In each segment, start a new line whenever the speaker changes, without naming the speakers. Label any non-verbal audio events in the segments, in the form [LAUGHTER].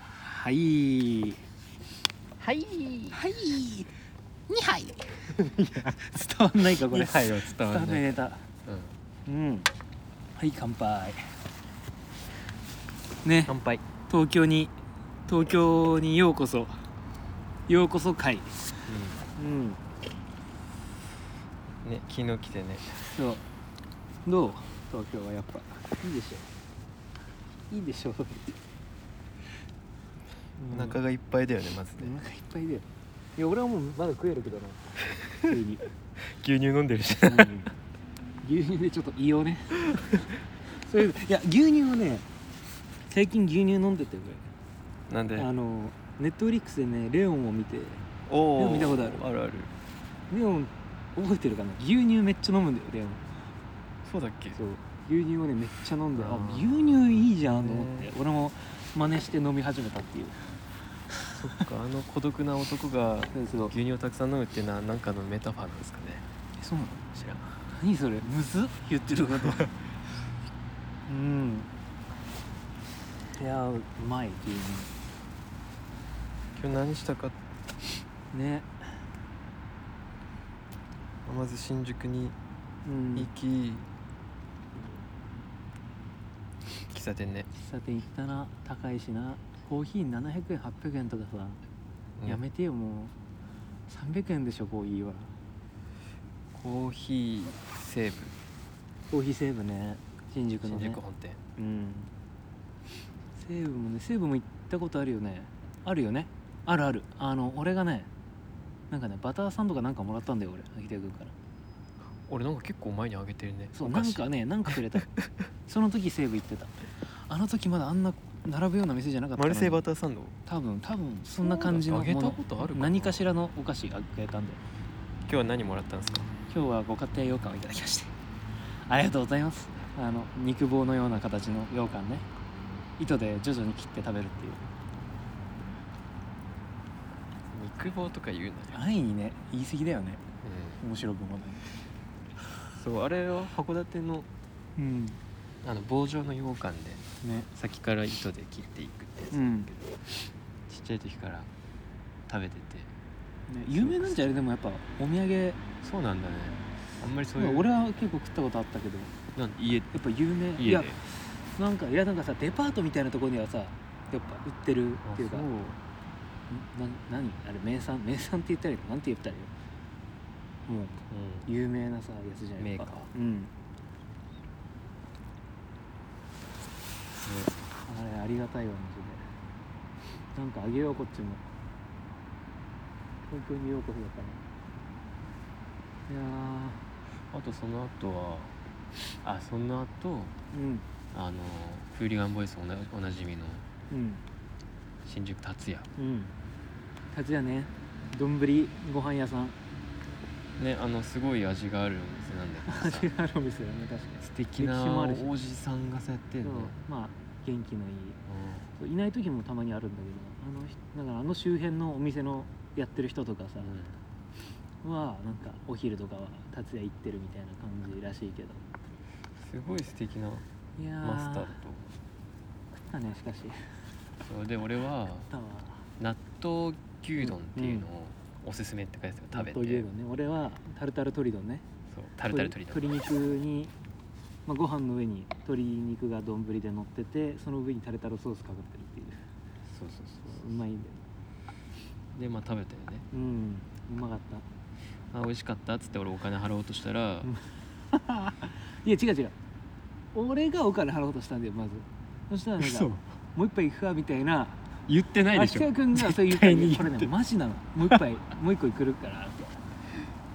はい
はい
はい2杯いや伝わんないかこれ
2杯は伝
伝
わ
わんな
ら
い
ない、
ネタ
うん、
うんはい乾杯ね
乾杯
東京に東京にようこそようこそ会うん
うんね昨日来てね
そうどう東京はやっぱいいでしょいいでしょ
お腹がいっぱいだよねまず
お
ね、
腹いっぱいだよいや俺はもうまだ食えるけどな普通 [LAUGHS] に、
牛乳飲んでるし
うん牛乳でちょっと胃をね [LAUGHS] それいや牛乳をね最近牛乳飲んでて
なんで
俺あのネットフリックスでねレオンを見て
お
で
お
も見たことある
あるある
レオン覚えてるかな牛乳めっちゃ飲むんだよレオン
そうだっけ
そう牛乳をねめっちゃ飲んであ
あー
牛乳いいじゃんと思って
ね
俺も真似して飲み始めたっていう
そっかあの孤独な男が
そうそう
牛乳をたくさん飲むっていうのはなんかのメタファーなんですかね
えそうなの
知らん
何それむずっ言ってることうんいやーうまい牛
今日何したか
乳ね
まず新宿に
うん
行
喫
き、喫茶店ね、
茶店行ったな高いしなコーヒー700円800円とかさ、
うん
やめてよもう300円でしょコーヒーは
コーヒーセーブ
コーヒーセーブね新宿の
新
ね
宿本店、
うん西武もね西武も行ったことあるよねあるよねあるあるあの俺がねなんかねバターサンドかなんかもらったんだよ俺秋田君から
俺なんか結構前にあげてるね
そう
お
な
菓
ん
子
かねなんかくれたその時西武行ってたあの時まだあんな並ぶような店じゃなかったの
マル
に
セイバターサンド
多分多分そんな感じの
あげ
も
た
の
ことあるかな
何かしらのお菓子がくれたんで
今日は何もらったんですか
今日はご家庭羊羹をいただきましてありがとうございますあの肉棒のような形の羊羹ね糸で徐々に切って食べるっていう
肉棒とか言うなよ、
安易にね言い過ぎだよね
う
面白くもない
ん、そうあれは函館の
うん
あの棒状の羊羹で
ね
先から糸で切っていくってやつなんだけど、ちっちゃい時から食べてて
有名なんじゃねでもやっぱお土産
そうなんだねあんまりそういう
俺は結構食ったことあったけど
なん家
やっぱ有名
家
い
で
やなんかいやなんかさデパートみたいなところにはさやっぱ売ってる
あ
っていうか
そ
んな何あれ名産名産って言ったらいいのなんて言ったらいいのもう
う
有名なさやつじゃない
メーカ
か
ー
うんあれありがたいわマジでなんかあげようこっちも東京にようこそだからいや
あとその後はあその
ー
後
うん
あのフーリガンボイスおなおなじみの
うん
新宿達也
うん達也ね丼ご飯屋さん
ねあのすごい味があるお店なんだけどさ
味があるお店だね確かに
素敵な
歴史もあるし
おじさんがそうやってんの、
そううんまあ元気のいいそういない時もたまにあるんだけどあの人だからあの周辺のお店のやってる人とかさ、はなんかお昼とかは達也行ってるみたいな感じらしいけど
すごい素敵ない
やー
マスターだと
食ったねしかし食っ
そうで俺は
たわ
納豆牛丼っていうのをおすすめって書いてたから食べ
納豆
て、
牛丼ね俺はタルタル鶏丼ね
そうタルタル鶏丼
鶏鶏肉に、まあ、ご飯の上に鶏肉が丼で乗っててその上にタルタルソースかかってるっていう
そうそうそう
まいんだよ
うでまあ食べたよね
うんうまかった
あ美味しかったっつって俺お金払おうとしたら、
うんいや違う違う俺がお金払おうとしたんだよまずそしたらなんか
嘘
もう一杯行くかみたいな
言ってないでし
あ
ょ
くんがそう言ったんだけどこ
絶対
れ
に言っ
ね
て
マジなのもう一
[LAUGHS]
杯もう一個来るからって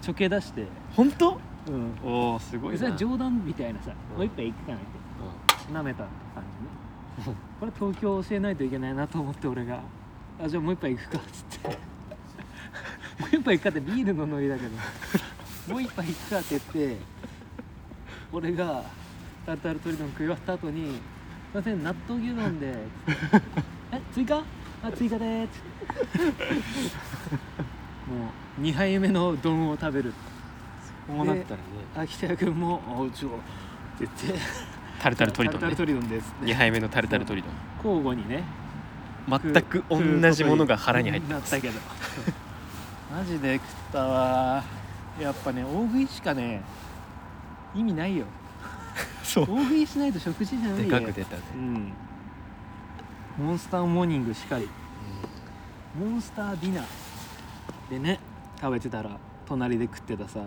ちょけ出して
本当
うん
おおすご
で
いな
それは冗談みたいなさ、
うん
もう一杯行くかなって
う
舐めた感じねこれ東京教えないといけないなと思って俺があじゃあもう一杯行くかっつってもう一杯行くかってビールのノリだけどもう一杯行くかって言って俺がタルタル鶏丼食い終わった後に「すいません納豆牛丼で」え追加あ追加でーす」もう2杯目の丼を食べる
んこうなったらね
秋田屋君も「おうちょ」って言って
タルタル
「タル
鶏
タル
丼ね
鶏丼です」
2杯目のタルタル鶏丼
交互にね
全く同じものが腹に入って
な
ま
っ
す
たけどマジで食ったわやっぱね大食いしかね意味ないよ
そう
大食いしないと食事じゃない
で
よ
かく出たね
うんモンスターモーニングしかりモンスターディナーでね食べてたら隣で食ってたさ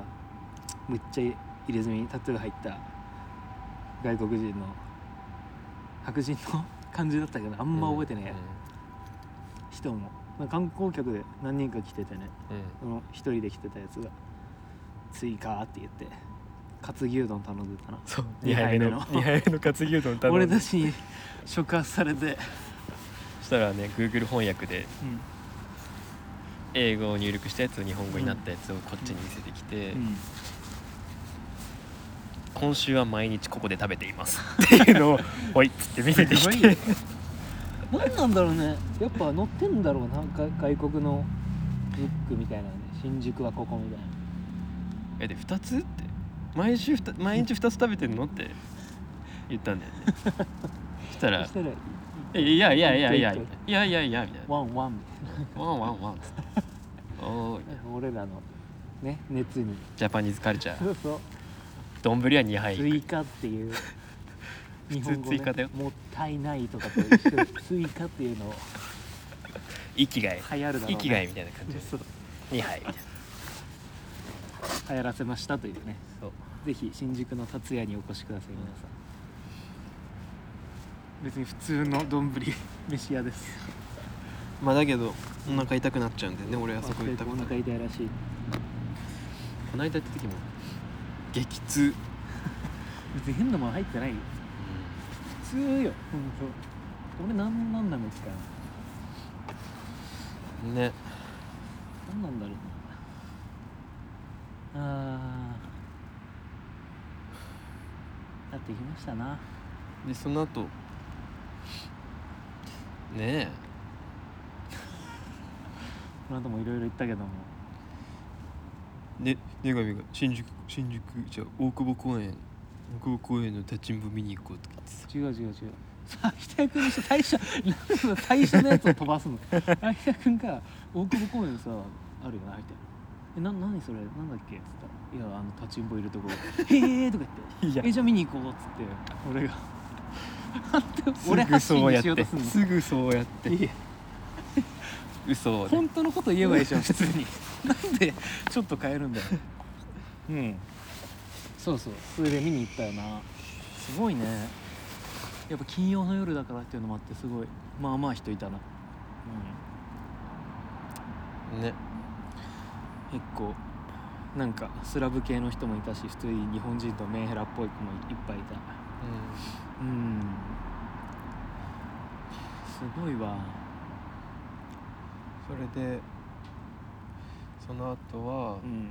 むっちゃ入れ墨にタトゥー入った外国人の白人の感じだったけどあ
うん
ま覚えてねえや、人も、まあ、観光客で何人か来ててね
うんうん
その一人で来てたやつが「追加」って言ってカツ牛丼頼んでたな
そう
二
2
杯
杯
目
目
の
の2杯目のカツ牛丼頼ん
俺
で
たちに触発されて、
そしたらね Google 翻訳で
うん
英語を入力したやつを日本語になったやつをこっちに見せてきて、
うん
今週は毎日ここで食べています [LAUGHS] っていうのを「ほい」っつって見せてき
すごい
て
ね何なんだろうねやっぱ乗ってんだろうなか外国のブックみたいなね新宿はここみたいな
えで2つって毎週ふた毎日2つ食べてんのって言ったんだよねそした
そ
[LAUGHS] ら
したら
「えいやいやいやいや
一
い
個一
やいやいや」みたい
ワンワンみ
な「ワンワンワン」っつって「おー
たいな俺らのね熱
[LAUGHS]
に
ジャパニーズカルチャー
そうそう
丼は2杯
追加って
[LAUGHS]
いう日本語、ね、
追加だよ
もったいないとかと一緒に追加っていうのを
生きがい
流行るだろう、ね、
生きがいみたいな感じで
そう
2杯みたいな
流行らせましたというね
そう
ぜひ新宿の達也にお越しください皆さん別に普通の丼飯屋です
まあだけどお腹痛くなっちゃうんでね俺は
あそこ行ったお腹痛いらしい
この間行った時も激痛
別に変なもん入ってないよ普通よほんと俺なんなんだろうって
ね
何なんだろうあーなってきましたな
でその後ねえ
この後もいろいろ言ったけども
ね女神が新宿新宿じゃあ大久保公園大久保公園の立ちんぼ見に行こうとか言って
違う違う違う秋田君にして大したなんで最初のやつを飛ば [LAUGHS] すの秋田君が大久保公園さあるよな秋田えな何それなんだっけっつったら「いやあの立ちんぼいるとこ [LAUGHS] へえ」とか言って
い
えじゃあ見に行こうっつって俺がなんです [LAUGHS] 俺
ぐ
発
そう
信
や
に
っ
しよう
て
とすんの
すぐそうやって
いや
嘘をね
本当のこと言えばいい [LAUGHS] じゃん普通になんでちょっと変えるんだようんそうそうそれで見に行ったよなすごいねやっぱ金曜の夜だからっていうのもあってすごいまあまあ人いたな
ね
うん結構なんかスラブ系の人もいたし普通に日本人とメンヘラっぽい子もいっぱいいたうんすごいわ
それでその後は
うん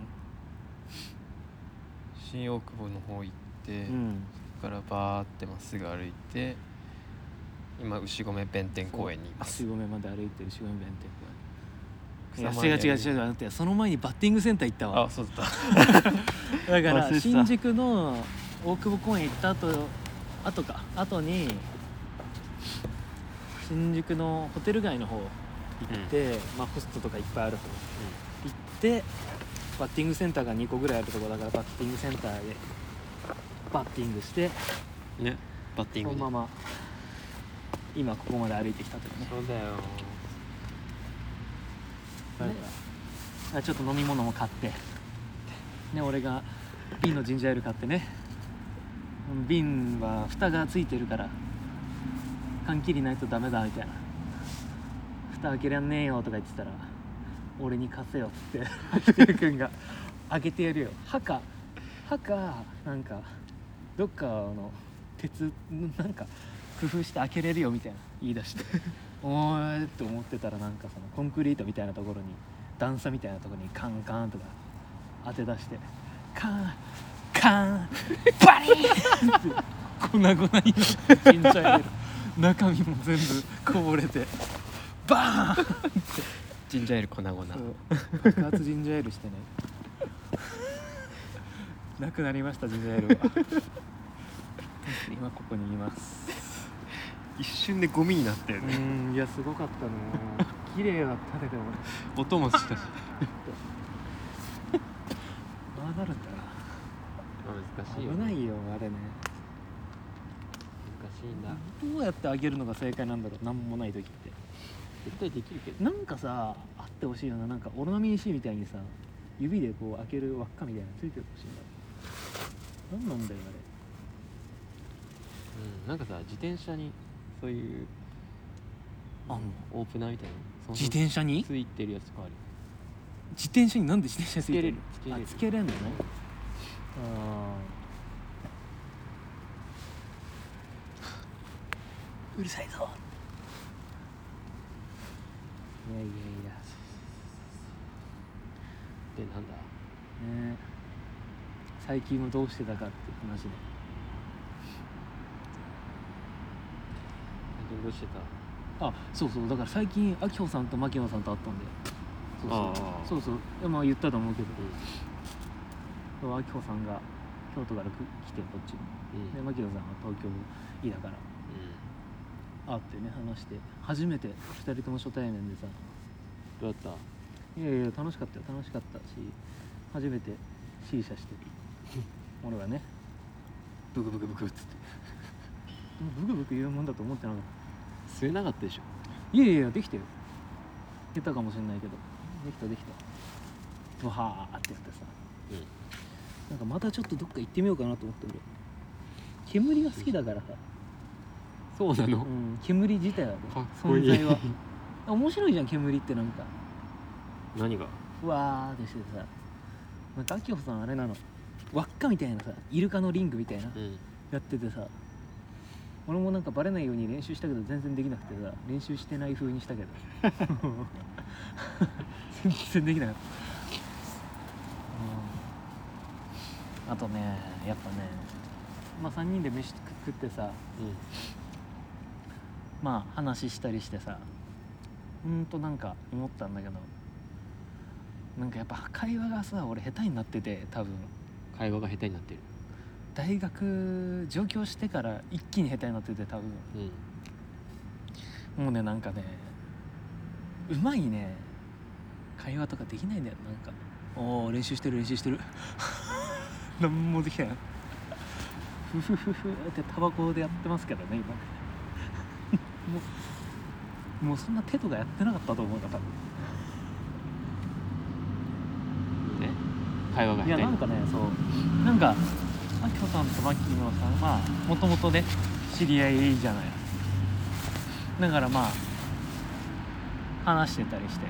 新大久保の方行って
うん
そこからバーってまっすぐ歩いて今牛込弁天公園にいます
牛込まで歩いて牛込弁天
草
公
間
園い
彌
や違う
生
違う違う違うだってその前にバッティングセンター行ったわ
あそうだっ
だか
忘
ら
れてた
新宿の大久保公園行った後後か後に新宿のホテル街の方行って、まあホストとかいっぱいある方行ってバッティングセンターが2個ぐらいあるとこだからバッティングセンターでバッティングして
たねバッティン
そ
グ
のまま今ここまで歩いてきたというね
そうだよ
ねあちょっと飲み物も買ってね俺が瓶のジンジャーエール買ってね瓶は蓋がついてるから缶切りないとダメだみたいな蓋開けらんねえよとか言ってたら俺に貸せよっつっててるくんが開けてやるよ歯か歯かなんかどっかの鉄なんか工夫して開けれるよみたいな言い出しておーいって思ってたらなんかそのコンクリートみたいなところに段差みたいなところにカンカンとか当て出してカンカンバリーンって粉々になってちんちゃい中身も全部こぼれてバーン
ジンジャーエール粉々
そう爆発ジンジャーエールしてねなくなりましたジンジャーエールは今ここにいます
一瞬でゴミになったよね、
うんいやすごかったね綺麗だったねでも
音もしたし
ああなるんだな
難しい
危
よね、
ないよあれね
難しいんだ
どうやってあげるのが正解なんだろうなんもない時って
絶対できるけど
なんかさあってほしいよななんかオロナミン C みたいにさ指でこう開ける輪っかみたいなのついてほしいんだなんなんだよあ
うんなんかさ自転車にそういう
あんの
オープナーみたいなその
れ車に
ついてるやつとかある
自転車になんで自転車に
つけれるつけ
つけ
れ
れ
る
るつけれんのねあーうるさいぞいやいやい
でなんだ
やねえ最近はどうしてたかって話
最
で
近どうしてた
あそうそうだから最近あきほさんと牧野さんと会ったんでそうそう
ああ
そうそういやまあ言ったと思うけどそうあきほさんが京都からく来てこっちに
うんうん
で牧野さんは東京いだから
うん
会ってね話して初めて2人とも初対面でさ
どうだっ
いやいや楽しかったよ楽しかったし初めて C 社
[LAUGHS]
して俺はねブクブクブクっつってブクブク言うもんだと思ってなかった
吸えなかったでしょ
たいやいやいやできたよ下手かもしれないけどできたできたブハーってやってさ
う
なんかまたちょっとどっか行ってみようかなと思って俺煙が好きだからさ、
んそうな
う
の
ん、煙自体はね
かっこいい
存在は面白いじゃん煙ってなんか
何が
ふわーってしてさなんか秋穂さんあれなの輪っかみたいなさイルカのリングみたいな
うん
やっててさ俺もなんかバレないように練習したけど全然できなくてさ練習してない風にしたけど全然できなかった、うん、あとねやっぱねまあ3人で飯食食ってさ
うん
まあ話したりしてさうーんとなんか思ったんだけどなんかやっぱ会話がさ俺下手になってて多分
会話が下手になってる
大学上京してから一気に下手になってて多分
うん
もうねなんかねうまいね会話とかできないんだよなんかおお練習してる練習してる [LAUGHS] なんもできないふふふふってタバコでやってますけどね今も [LAUGHS] うもうそんな手とかやってなかったと思うな多分
ね会話が
い
下
や
手にな
な
んる
かねそうなんかあきほさんとマキノさんまあもともとね知り合いじゃないだからまあ話してたりして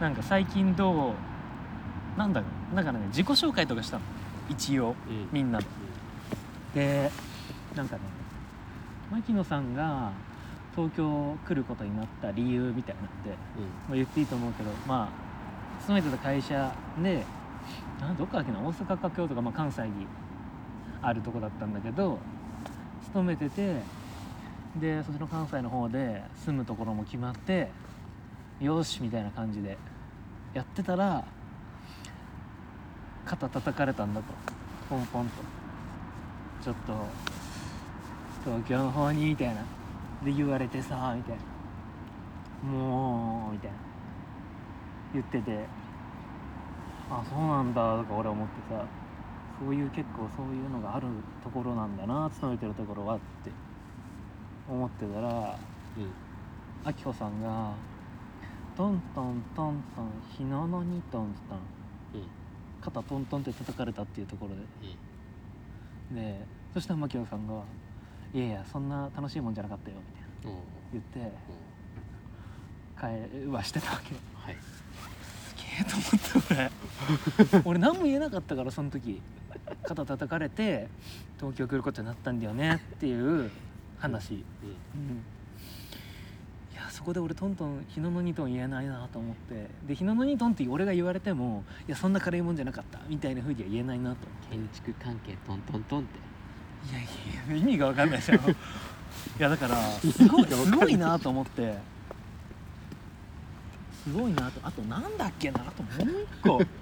なんか最近どうなんだろうなんかね自己紹介とかしたの一応
うんうん
みんなででなんかね牧野さんが東京来ることになった理由みたいなのってまあ、言っていいと思うけどまあ勤めてた会社でなどっかだっけな大阪か京都か、まあ、関西にあるとこだったんだけど勤めててでそっちの関西の方で住むところも決まってよしみたいな感じでやってたら肩叩かれたんだとポンポンとちょっと東京の方にみたいなで言われてさみたいなもうみたいな言っててあそうなんだとか俺思ってさそういう結構そういうのがあるところなんだな勤めてるところはって思ってたら
うん
あきこさんが「トントントントン日野のニトントン
うん」
肩トントンって叩かれたっていうところで
うん
でそしたら牧野さんが「いやいやそんな楽しいもんじゃなかったよ」みたいな
うんうん
言って会話してたわけ
はい
すげえと
[LAUGHS]
思った俺俺何も言えなかったからその時肩叩かれて東京来ることになったんだよねっていう話、
うん
いやそこで俺トントン日野のニトン言えないなと思ってで日野のニトンって俺が言われてもいやそんな軽いもんじゃなかったみたいな風には言えないなと
建築関係トントントンって
いやいや意味が分かんないでしょ [LAUGHS] いやだからすごいすごいなと思ってすごいなとあとなんだっけなあともう一個 [LAUGHS]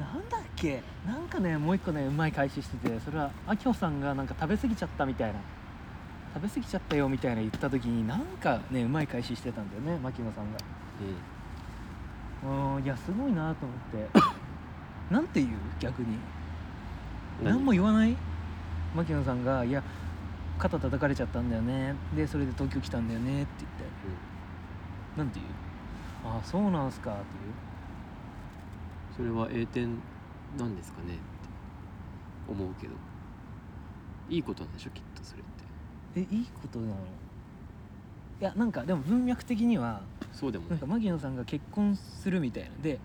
なんだっけなんかねもう一個ねうまい返ししててそれはあきほさんがなんか食べ過ぎちゃったみたいな食べ過ぎちゃったよみたいな言った時になんかねうまい返ししてたんだよね牧野さんがうんいやすごいなと思ってなんて言う逆に
うん
何も言わない牧野さんが「いや肩叩かれちゃったんだよねでそれで東京来たんだよね」って言ってなんて言うああそうなんすかっていう
それは栄転なんですかねって思うけどいいことなんでしょきっとそれって
えいいことなのいやなんかでも文脈的には
そうでもな
なん
い
か牧野さんが結婚するみたいなで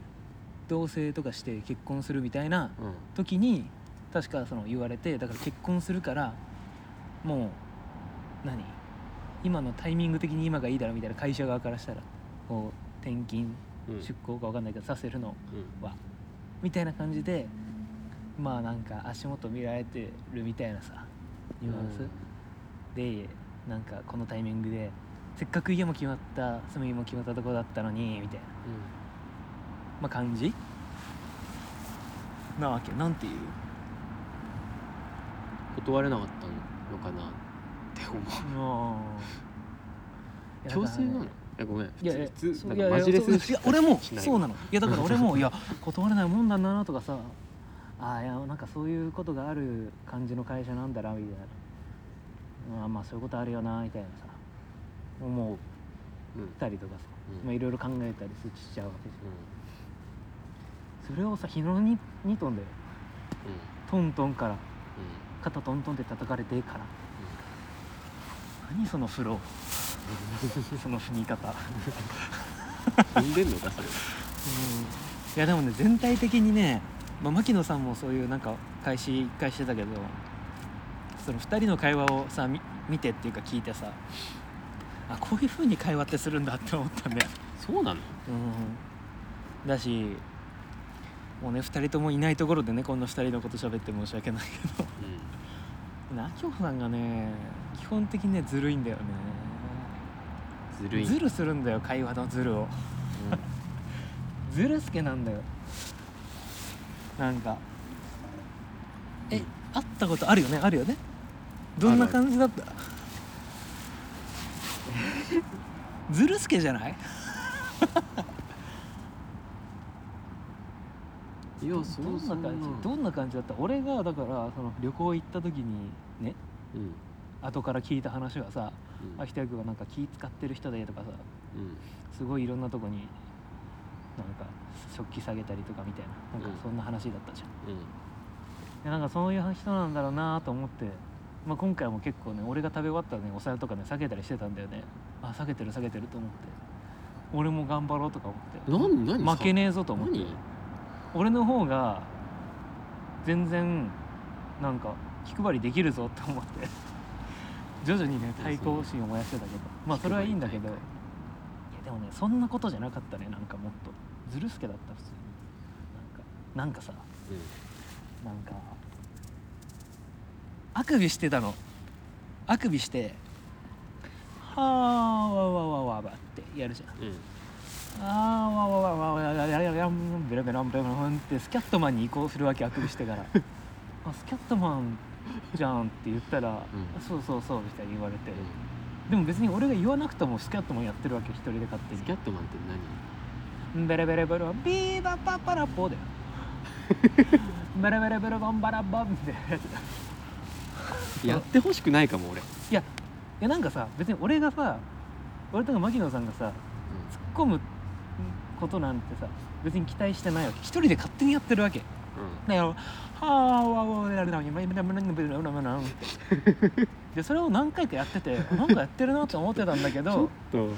同棲とかして結婚するみたいな
うん
時に確かその言われてだから結婚するからもう何今のタイミング的に今がいいだろみたいな会社側からしたらこう転勤
うん
出向か分かんないけどさせるの
うん
みたいな感じでまあなんか足元見られてるみたいなさニュアンス、でなんかこのタイミングでせっかく家も決まった住む家も決まったとこだったのにみたいな、
う
まあ、感じなわけなんていうん
断れなかったのかなって思う
いや
強制な
だ
の
か
えごめん普
いや
通
いや
普通
そう
なん
い
か
やいや
マジレス
そういや俺も
しない
そうなのいや
[LAUGHS]
だから俺もいや断れないもんなんだなとかさあーいやなんかそういうことがある感じの会社なんだなみたいな、うんあまあそういうことあるよなみたいなさ思
うん
ったりとかさ、
うん
まあ、いろいろ考えたりしちゃうわけじゃん
う
それをさ日野ににトンだよ
んうん
トントンから
うん
肩トントンって叩かれてから何そのフ
[LAUGHS]
ローその踏み方
踏んでんのかそれ
いやでもね全体的にね、まあ、牧野さんもそういうなんか開始1回してたけどその2人の会話をさみ見てっていうか聞いてさあこういう風に会話ってするんだって思ったんだよ、
そうなの
うん、だしもうね2人ともいないところでねこんな2人のこと喋って申し訳ないけど [LAUGHS]
う
なきょさんがね基本的にねずるいんだよね
んずるい
ずるするんだよ会話のずるをずるすけなんだよなんかえ会ったことあるよねあるよねどんな感じだったずるすけじゃない
いやそ
ど
うんそ
なん感じどんな感じだった俺がだからその旅行行った時にね
うんうん
後から聞いた話はさ秋田君がなんか気使ってる人でとかさ
うん
すごいいろんなとこになんか食器下げたりとかみたいななん
うん
かそんな話だったじゃん、
うん
でなんかそういう人なんだろうなと思って、まあ、今回も結構ね俺が食べ終わったねお皿とかね下げたりしてたんだよねあ下げてる下げてると思って俺も頑張ろうとか思って
何何
負けねえぞと思って
何
俺の方が全然なんか気配りできるぞと思って [LAUGHS] 徐々にね対抗心を燃やしてたけどまあそれはいいんだけど
気
い
配
や
り
でもねそんなことじゃなかったねなんかもっとずるすけだった普通になんかなんかさなんかあくびしてたのあくびして「はあわわわわわ」ってやるじゃん
うんうん
「あーわわわわわややややんベラベランベラベラン」ってスキャットマンに移行するわけあくびしてから「あスキャットマンじゃん」って言ったら「
うん
そうそうそう」みたいに言われて、
うん
でも別に俺が言わなくてもスキャットマンやってるわけ一人で勝手
ス
に
キャットマンって何
ベレベレベロビーバパパラポーだよベレベレベロボンバラボンみたいなやつ
やってほしくないかも俺
いやいやなんかさ別に俺がさ俺とか牧野さんがさ突っ込むことなんてさ別に期待してないわけ一人で勝手にやってるわけだよはあわわやるな今今今今今今今今でそれを何回かやっててなんかやってるなと思ってたんだけ
うん
[LAUGHS]
ど
ちょっ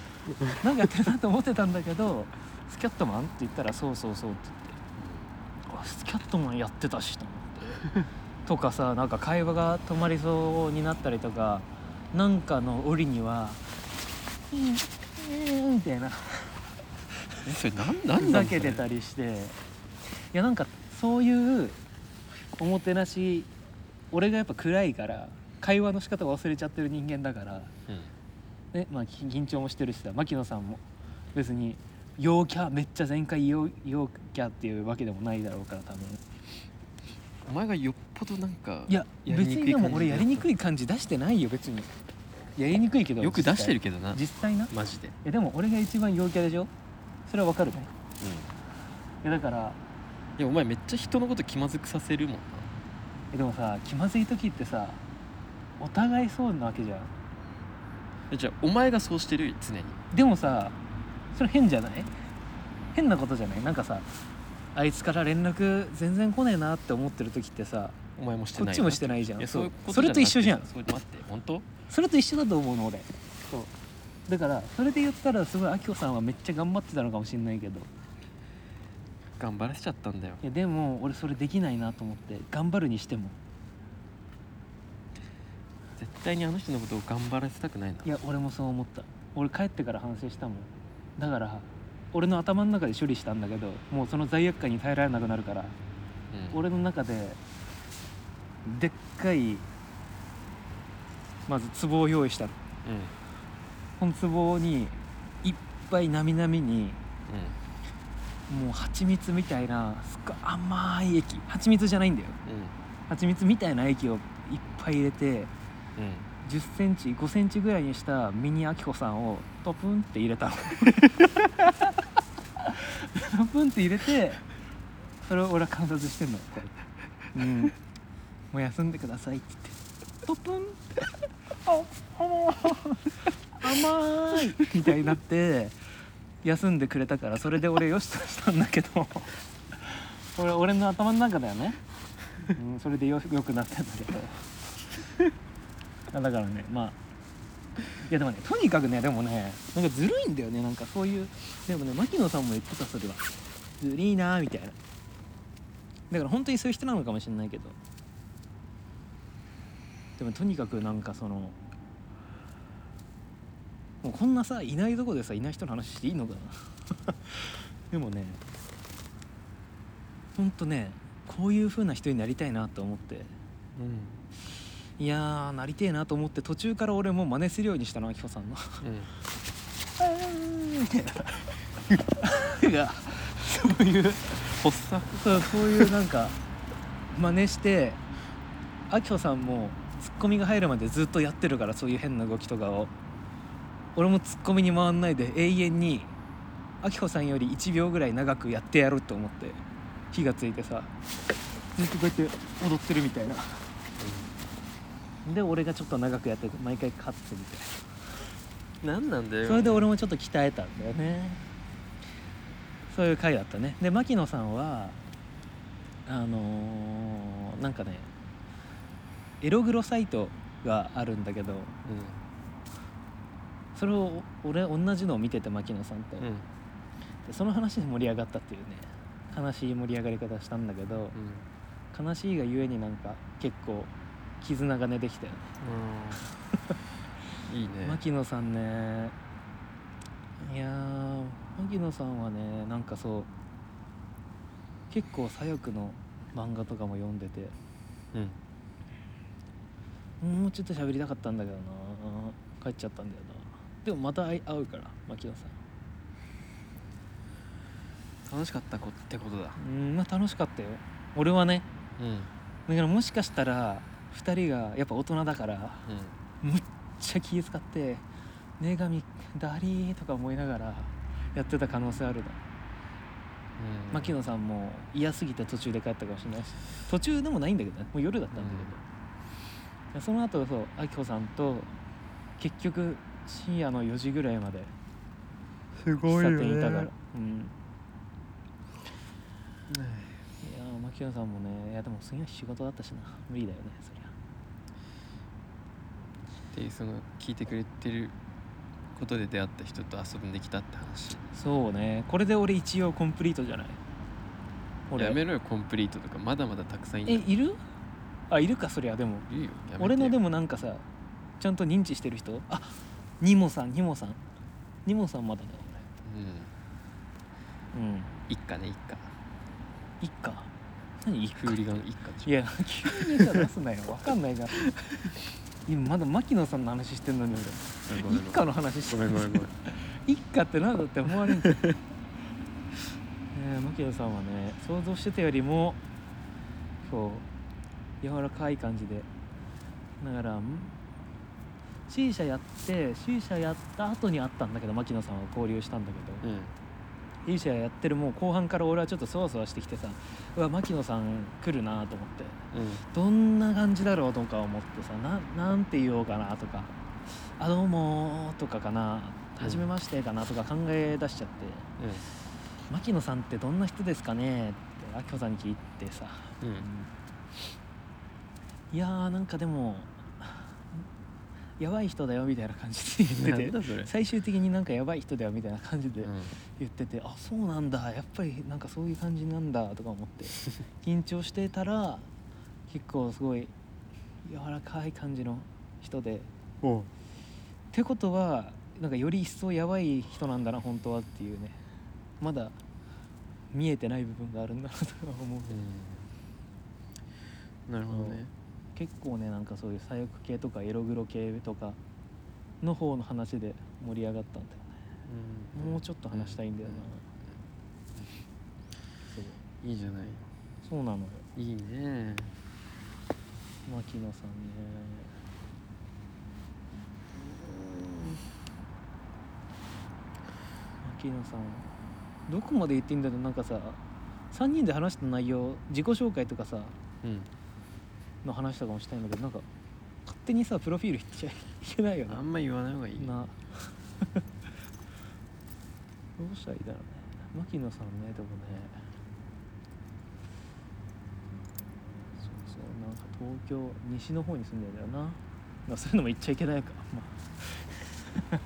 なんかやってるなと思ってたんだけどスキャットマンって言ったらそうそうそうって言ってあスキャットマンやってたしと思ってとかさなんか会話が止まりそうになったりとかなんかの折には「うんうん」みたいな
とそれ何
ふ
何
ざけてた
り
りしていやなんかそういうおもてなし俺がやっぱ暗いから会話の仕方を忘れちゃってる人間だから、ねまあ、き緊張もしてるしさ牧野さんも別に陽キャめっちゃ全開陽陽キャっていうわけでもないだろうから多分
お前がよっぽどなんか
いや
やり
別
にくい
にでも
感じ
俺
で
やりにくい感じ出してないよ別にやりにくいけど
よく出してる
実
けどな
際実際な
マジで
えでも俺が一番陽キャでしょそれはわかるねいやだから
うんいやお前めっちゃ人のこと気まずくさせるもんな
えでもさ気まずい時ってさお互いそうなわけじゃん
えじゃあお前がそうしてるよ常に
でもさそれ変じゃない変なことじゃないなんかさあいつから連絡全然来ねえなって思ってる時ってさ
お前もして
こ
な
っ
い
ち
よ
もしてないじゃ
い
ん
や
そ
そうういうこと
それと一緒じゃん
それ待って本当
それと一緒だと思うの俺そうだからそれで言ったらすごいあきこさんはめっちゃ頑張ってたのかもしんないけど
頑張らせちゃったんだよ
いやでも俺それできないなと思って頑張るにしても
絶対にあの人のことを頑張らせたくないない
や俺もそう思った俺帰ってから反省したもんだから俺の頭の中で処理したんだけどもうその罪悪感に耐えられなくなるから
うん
俺の中ででっかいまず壺を用意したの
うんうん
この壺にいっぱいなみなみにもう蜂蜜みたいなすっごい甘い液蜂蜜じゃないんだよ蜂蜜みたいな液をいっぱい入れて
うんうん
1 0ンチ5センチぐらいにしたミニアキコさんをトプンって入れたの [LAUGHS] トプンって入れてそれを俺は観察してんのこうやってうん、もう休んでくださいって言ってトプンってあ甘いみたいになって休んでくれたからそれで俺よしとしたんだけど俺俺の頭の中だよね、うん、それでよよくなったんだけどあだからねまあいやでもねとにかくねでもねなんかずるいんだよねなんかそういうでもね牧野さんも言ってたそれはずるいなーみたいなだから本当にそういう人なのかもしれないけどでもとにかくなんかそのもうこんなさいないとこでさいない人の話していいのかな [LAUGHS] でもねほんとねこういう風な人になりたいなと思って
うん
いやーなりてえなと思って途中から俺もう真似するようにしたのあきこさ [LAUGHS] んの「
うん
あーみたいながそういう
発作
そうそういうなんか真似してあきこさんもツッコミが入るまでずっとやってるからそういう変な動きとかを俺もツッコミに回んないで永遠にあきこさんより1秒ぐらい長くやってやろうと思って火がついてさずっとこうやって踊ってるみたいなで俺がちょっと長くやって毎回勝つみたいな。
何なんだよ
それで俺
も
もちょっと鍛えたんだよねそういう回だったねで牧野さんはあのーなんかねエログロサイトがあるんだけどそれを俺同じのを見てて牧野さんと、
うんうん
[LAUGHS] でその話で盛り上がったっていうね悲しい盛り上がり方したんだけど
うん
悲しいがゆえになんか結構絆がねできたよね
うんいいね
牧野さんねいやー牧野さんはねなんかそう結構左翼の漫画とかも読んでて
うん
もうちょっと喋りたかったんだけどな帰っちゃったんだよなでもまた会い会うから牧野さん
楽しかったこってことだ
うんまあ楽しかったよ俺はね
うんうん
だからもしかしたら2人がやっぱ大人だからむっちゃ気使って「女神ダリー」とか思いながらやってた可能性あるな
うん
牧野さんも嫌すぎて途中で帰ったかもしれないし途中でもないんだけどねもう夜だったんだけど、その後そうあきこさんと結局深夜の4時ぐらいまです喫
ごい
茶
よね
店いたから、
ね
うん
え
いやー牧野さんもねいやでも次の日仕事だったしな無理だよねそりゃ
っていうその聞いてくれてることで出会った人と遊んできたって話
そうねこれで俺一応コンプリートじゃない俺
やめろよコンプリートとかまだまだたくさんい
え
る
いるあいるかそりゃでも
いるよやめてよ
俺のでもなんかさちゃんと認知してる人あニモさんニモさんニモさんまだだ
うん
俺うん
一家ね一家
いっか何いっ
フ
か
ーリガン一家でしょ
いや急にさ出すなよわかんないじゃん今まだ牧野さんの話してんのに
ご
俺
めん
一家の話して
ご
んの
めん
に
ごめんごめん
一家ってなんだって思わ [LAUGHS] れんじゃんねえ牧野さんはね想像してたよりもこう柔らかい感じでだからん C 社やって C 社やった後に会ったんだけど牧野さんは交流したんだけど、
うん、
いい試合やってるもう後半から俺はちょっとそわそわしてきてさうわ牧野さん来るなと思ってどんな感じだろうとか思ってさななんて言おうかなとか「あどうも」とかかな「
うん
はじめまして」かなとか考え出しちゃって「牧野さんってどんな人ですかね?」って明穂さんに聞いてさ
うん、うん、
「いやーなんかでもやばい人だよ」みたいな感じで言
な [LAUGHS]
ってて
んだそれ
最終的になんかやばい人だよみたいな感じで
うん
言っててあそうなんだやっぱりなんかそういう感じなんだとか思って [LAUGHS] 緊張してたら結構すごい柔らかい感じの人でっ
おう
てことはなんかより一層やばい人なんだな本当はっていうねまだ見えてない部分があるんだなとか思う
なるほどね
結構ねなんかそういう左翼系とかエログロ系とかの方の話で盛り上がったんだよねもうちょっと話したいんだよな、そう
うんいいじゃない
そうなのよ
いいね
牧野さんね牧野さんどこまで言っていいんだろうなんかさ3人で話した内容自己紹介とかさ
うん
の話とかもしたいんだけどなんか勝手にさプロフィール言っちゃいけないよ
あ
なん
ま言わない方がいい
[LAUGHS] などうしたらいいだろうね牧野さんねでもねそうそうなんか東京西の方に住んでるんだよな、まあ、そういうのも言っちゃいけないかまあ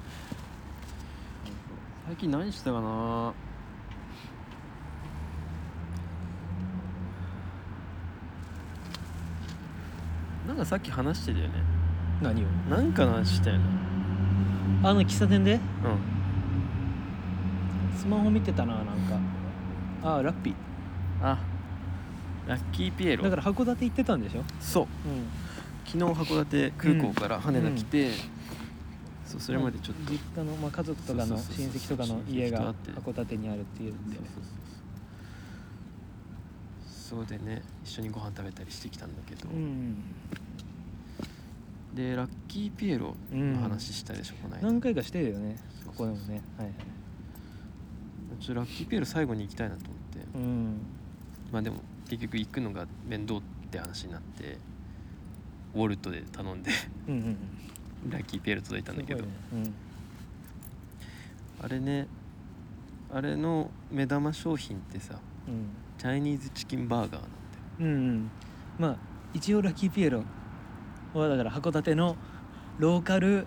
最近何してたかななんかさっき話してたよね
何を
なんかの話したよね
あの喫茶店で
うん
スマホ見てたななんかああラッピー
あラッキーピエロ
だから函館行ってたんでしょ
そう
うん
昨日函館空港から羽田来て、そうそれまでちょっと、
実家の、まあ、家族とか
そ
の
うそうそうそう
親戚とかの家
親
が
戚と会って
函館にあるっていうんで
そうそうそうそうでね一緒にご飯食べたりしてきたんだけど、
うん
でラッキーピエロの話したでしょ、この間
何回かしてるよね
そう
ここでもねはいはい
ちょっとラッキーピエロ最後に行きたいなと思って、
うん
まあでも結局行くのが面倒って話になってウォルトで頼んで [LAUGHS]
うんうんうん
ラッキーピエロ届いたんだけど、
すごいね
あれねあれの目玉商品ってさ
うん
チャイニーズチキンバーガーなんだよ
うんうんうんまあ一応ラッキーピエロはだから函館のローカル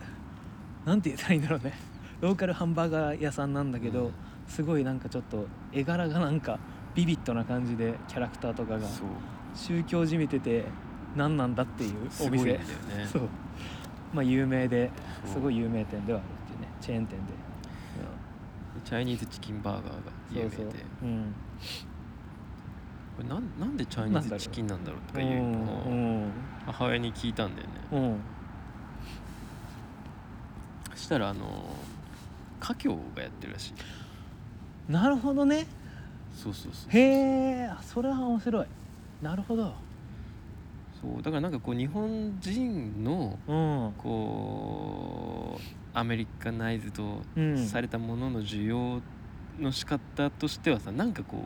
なんて言ったらいいんだろうねローカルハンバーガー屋さんなんだけど、
うん
すごいなんかちょっと絵柄がなんかビビッドな感じでキャラクターとかが
そう
宗教じみてて何なんだっていう
す
お
ごいん
店
だよね
そうまあ有名で
そう
すごい有名店ではあるっていうねチェーン店で、
チャイニーズチキンバーガーが有名で
そうそううん
これなんなんでチャイニーズチキンなんだろうとかいう
う
のを
ん
母親に聞いたんだよね、
うんうん
そしたらあの家教がやってるらしい
なるほどね
そうそうそう
へえそれは面白いなるほど
そうだからなんかこう日本人の
うん
こうアメリカナイズと
うん
されたものの需要の仕方としてはさなんかこ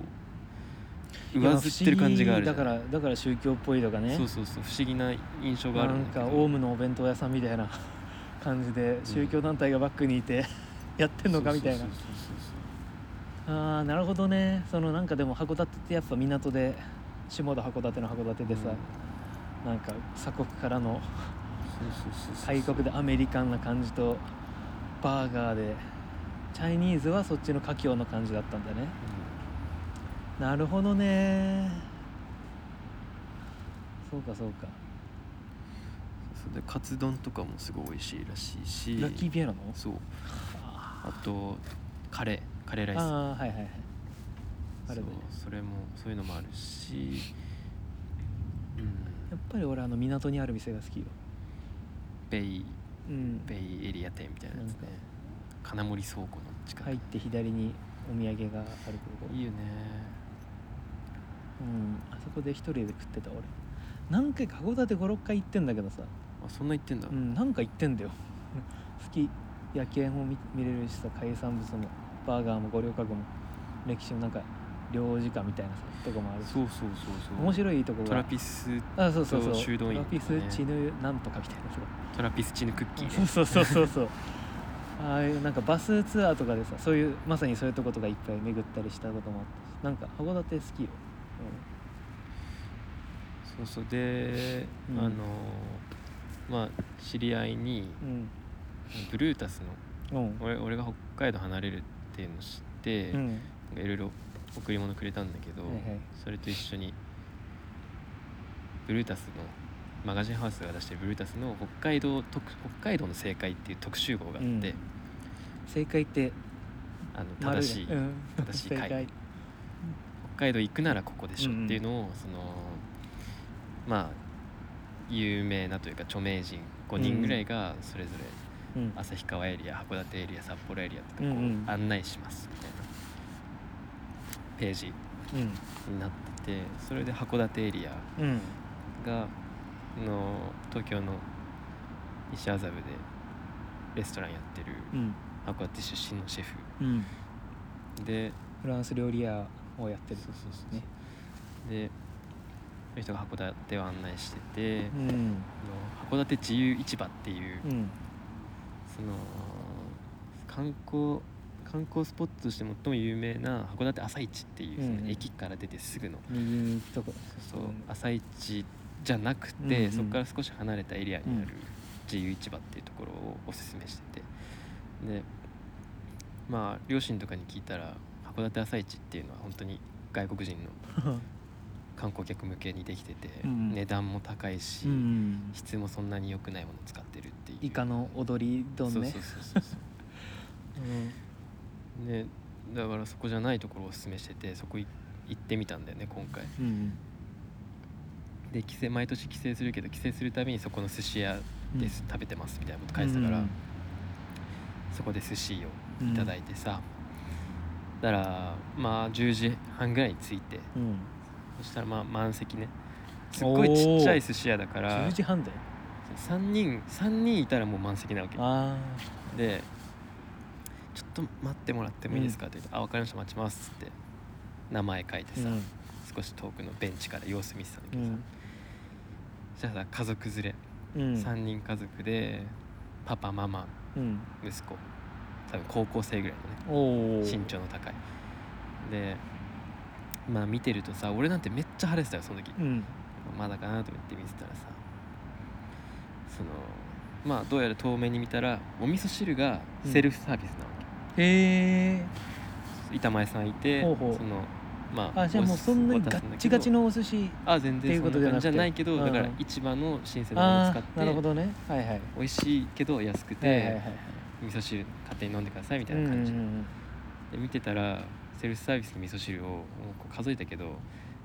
う上ずってる感じがある
い
じ
や
ゃ
不思議だか
ん
らだから宗教っぽいとかね
そうそうそう不思議な印象がある
なん
んだけ
か
ど
オウムのお弁当屋さんみたいな [LAUGHS] 感じで宗教団体がバックにいて [LAUGHS] やってんのかみたいな
そうそうそうそう
あーなるほどねそのなんかでも函館ってやっぱ港で下田函館の函館でさ、なんか鎖国からの
そうそうそうそう
開国でアメリカンな感じとバーガーでチャイニーズはそっちの華僑の感じだったんだねなるほどねそうかそうか
うんそうでカツ丼とかもすごい美味しいらしいし
ラッキーピエロの
そう
あ
あとカレーカレーライス
あーはいはいはいあれ
そう
ね
それもそういうのもあるし、う
や
ん
っ、ぱり俺あの港にある店が好きよ
ベイ
うん
ベイエリア店みたいなやつね金森倉庫の近く、
入って左にお土産があるところ
いいよね
うんあそこで一人で食ってた俺何回か函館56回行ってんだけどさ
あそんな行ってんだ、
うん何か行ってんだよ [LAUGHS] き夜景も見見れるしさ海産物もバーガーも五稜郭も歴史もなんか領事館みたいなさとこもあるし
そうそうそうそう
面白いとこ
トラ
が
ピス
あそうそうそう
と修道院
トラピ
とか
ス
ね
チヌなんとかみたいなさ
トラピスチヌクッキー
そうそうそうそうそうああいうなんかバスツアーとかでさそういうまさにそういうとことかいっぱい巡ったりしたこともあったしなんか函館好きよ、
そうそうで、
うん
あのまあ知り合いに
うん
ブルータスの
うんうん
俺俺が北海道離れるっていうのを知って、
う
なん
ん
かいろいろ贈り物くれたんだけど、
はいはい
それと一緒にブルータスのマガジンハウスが出してるブルータスの北海道特北海道の正解っていう特集号があって、
うん正解って
あの
丸
正
で
しい、
うん
正しい
正
回
解
北海道行くならここでしょっていうのを、そのまあ有名なというか著名人5人ぐらいがそれぞれ
うん
旭川エリア函館エリア札幌エリアとかこ
うんうん
う案内しますみたいなページ
うん
になっててそれで函館エリア
うん
がの東京の西麻布でレストランやってる
うん
函館出身のシェフ
うん
で
フランス料理屋をやってる
そうそうそう
ね
でその人が函館を案内してて
う、ん
あの函館自由市場っていう、
うん
その観光観光スポットとして最も有名な函館朝市っていう、
うんうん
その駅から出てすぐの
右に行くとこ
[LAUGHS] そう
うん
朝市じゃなくて、
うんうん
そこから少し離れたエリアにある
う
自由市場っていうところをおすすめしててでまあ両親とかに聞いたら函館朝市っていうのは本当に外国人の観光客向けにできてて、
うんうん
値段も高いし、
うん
質もそんなに良くないものを使ってるっていう
イカの踊り丼ね
そうそうそうそうそうねだからそこじゃないところをおすすめしててそこい行ってみたんだよね今回
うん
で帰省毎年帰省するけど帰省するたびにそこの寿司屋
うん
です、食べてますみたいなこと書いてたから、
うん
そこで寿司を
うん
いただいてさ、だからまあ10時半ぐらいに着いて
うん
そしたらまあ満席ねすっごいちっちゃい寿司屋だから
10時半だよ
3人3人いたらもう満席なわけ
あ
で「ちょっと待ってもらってもいいですか?」って言って「あ分かりました待ちます」っつって名前書いて
あう
さ、
ん
少し遠くのベンチから様子見てたんだけ
う
どさ、
ん
そしたら家族連れ、
うん
3人家族でパパママ
うん
息子多分高校生ぐらいの
おお
ね身長の高いでまあ見てるとさ俺なんてめっちゃ晴れてたよその時
うん
まだかなと思って見てたらさそのまあどうやら遠目に見たらお味噌汁がセルフサービスなわけ、
へえ
板前さんいて
ほうほう
そのまあ
あじゃあもうそんなにガ
渡す
ッ
んだけど
チガチのお寿司
あ全
ってい
然
う
そ
こと
ん
じ
な
ゃなくて
感じじゃないけどだから
うん
市場の新鮮なものを
あ
使っ
あなるほ
て
どねはいはい
美味しいけど安く
はいはい
て
はい
味噌汁勝手に飲んでくださいみた
う
い
ん
な
う
感じ
ん
で見てたらセルフサービスの味噌汁をもうこう数えたけど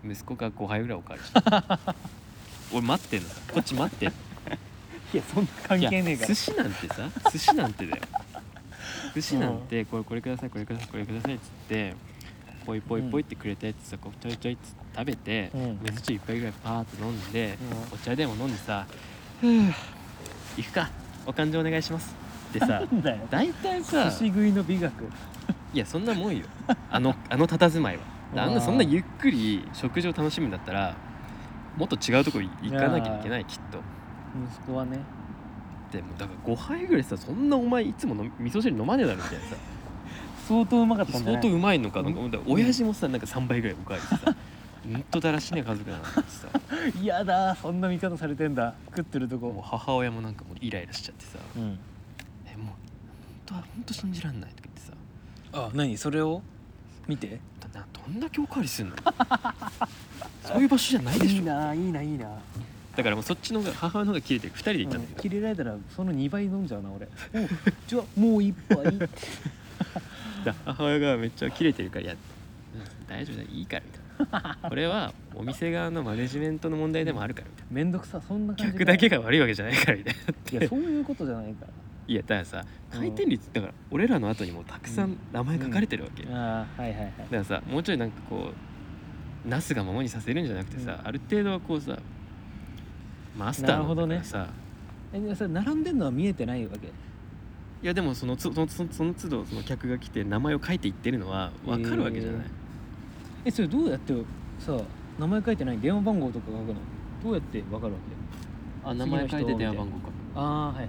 息子が5杯ぐらいおかわりしてた
[LAUGHS]
俺待ってんのさこっち待ってんの
いやそんな関係ねえ
いや
から
寿司なんてさ寿司なんてだよ寿司なんてこれこれくださいこれくださいこれくださいっつってポイポイポイってくれたやつさこうちょいちょいっつって食べて
うん
水中一杯ぐらいパーッと飲んで
う
お茶でも飲んでさ「ふぅ行くかお勘定お願いします」っ
[LAUGHS]
てさ
なんだよ
大体
寿
さ
司食いの美学
いやそんなもんよあのあの佇まいはあん
うわー
なそんなゆっくり食事を楽しむんだったらもっと違うとこ行かなきゃいけないきっと
息子はね
でもだから5杯ぐらいさそんなお前いつもの味噌汁飲まねえだろみたいなさ
相当うまかったんだ
相当うまいのかな
うん
か親父もさなんか3杯ぐらいおかわりしてさほんとだらしねえ家族だなってさ
嫌だそんな見方されてんだ食ってると
もう
こ
母親もなんかもうイライラしちゃってさ
うん
「えもう本当は本当信じらんない」とか言ってさ
あ何それを見て
「などんだけおかわりすんの? 」そういう場所じゃないで
い
し
い
ょ
ないいないいな
だからもうそっちの方が母親の方が切れて2人で行ったんだけど、
切れられたらその2倍飲んじゃうな俺おじゃあもう一杯
[LAUGHS] だ母親がめっちゃ切れてるから「いやうん大丈夫だいいから」みたいなこれはお店側のマネジメントの問題でもあるからみたいな
めんどくさそんな感じ
客だけ
が
が悪いわけじゃないからみたいない
やそういうことじゃない
[LAUGHS]
から
いやだからさ回転率だから俺らの後にもうたくさ
うんん
名前書かれてるわけ、だか
ああはいはいはい
らさもうちょいなんかこうなすがままにさせるんじゃなくてさ、ある程度はこうさマスターなんだからさ
えでそれ並んでんのは見えてないわけ
いやでもそのつそのそのその都度その客が来て名前を書いていってるのは分かるわけじゃない、
えそれどうやってさ名前書いてない電話番号とか書くのどうやって分かるわけ
あ名前書いて電話番号か
ああはいはい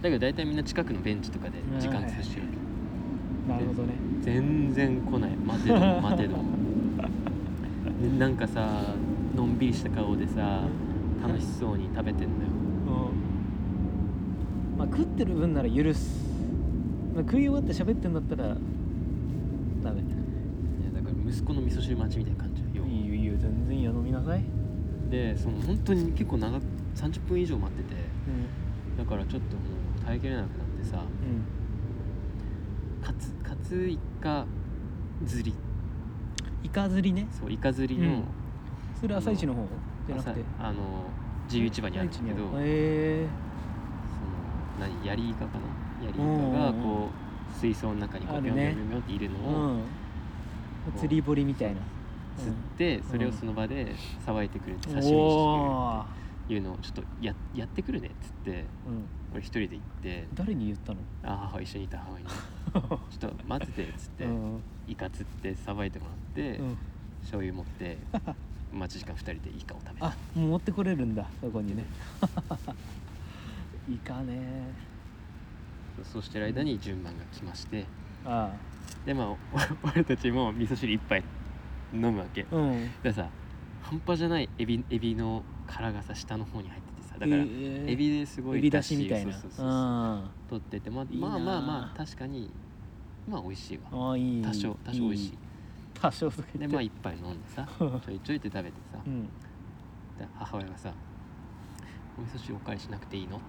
だけど大体みんな近くのベンチとかで時間潰してる
なるほどね
全然来ない待
[LAUGHS]
てども待てどもでなんかさのんびりした顔でさ楽しそうに食べてんだよ
うんまあ食ってる分なら許す、まあ、食い終わって喋ってんだったらダメ
いやだから息子の味噌汁待ちみたいな感じよ
いいよいいよ全然いいよ飲みなさい、
でその本当に結構長く30分以上待っててだからちょっともう耐えきれなくなって
う
さ
ん、
カツカツイカ釣り
イカ釣りね
そうイカ釣りの、
うんそれ朝一の方じゃなく
朝
て
あの自由市場にあるんだけどその
へえ
何ヤリイカかなヤリイカ
う
が
んうんうん
こう水槽の中にこ
あ
う
る
ビョンビョ
ね
ンビョンビョンっている
う
のを
ん釣り堀みたいな
釣ってそれをその場でさばいてくれて刺身にしてくれる
おー
っていうのをちょっとややってくるねっつって
うん
俺一人で行って
誰に言ったの
あ母一緒にいた母にちょっと待っててっつって、
うん
イカ釣ってさばいてもらって、
うん
醤油持って待ち時間2人でイカを食べた
あもう持ってこれるんだそこにね [LAUGHS] イカね
そうしてる間に順番が来まして
あ
でまあお俺たちも味噌汁一杯飲むわけ
あうん
でさ半端じゃないエビエビの殻がさ下の方に入っててさだから、
えー
エビですごい
エビ出しみたいな
そうそうそうそう
あ
取ってて、まあ、
いいな
まあ
あ
まあまあ確かにまあ美味しい
あ
わ
ーいい
多少多少美味しい
多少とか言
で
って
まあ一杯飲ん
[LAUGHS]
でさちょいちょいって食べてさ
うん
で母親がさ「お味噌汁おかわりしなくていいの?」っ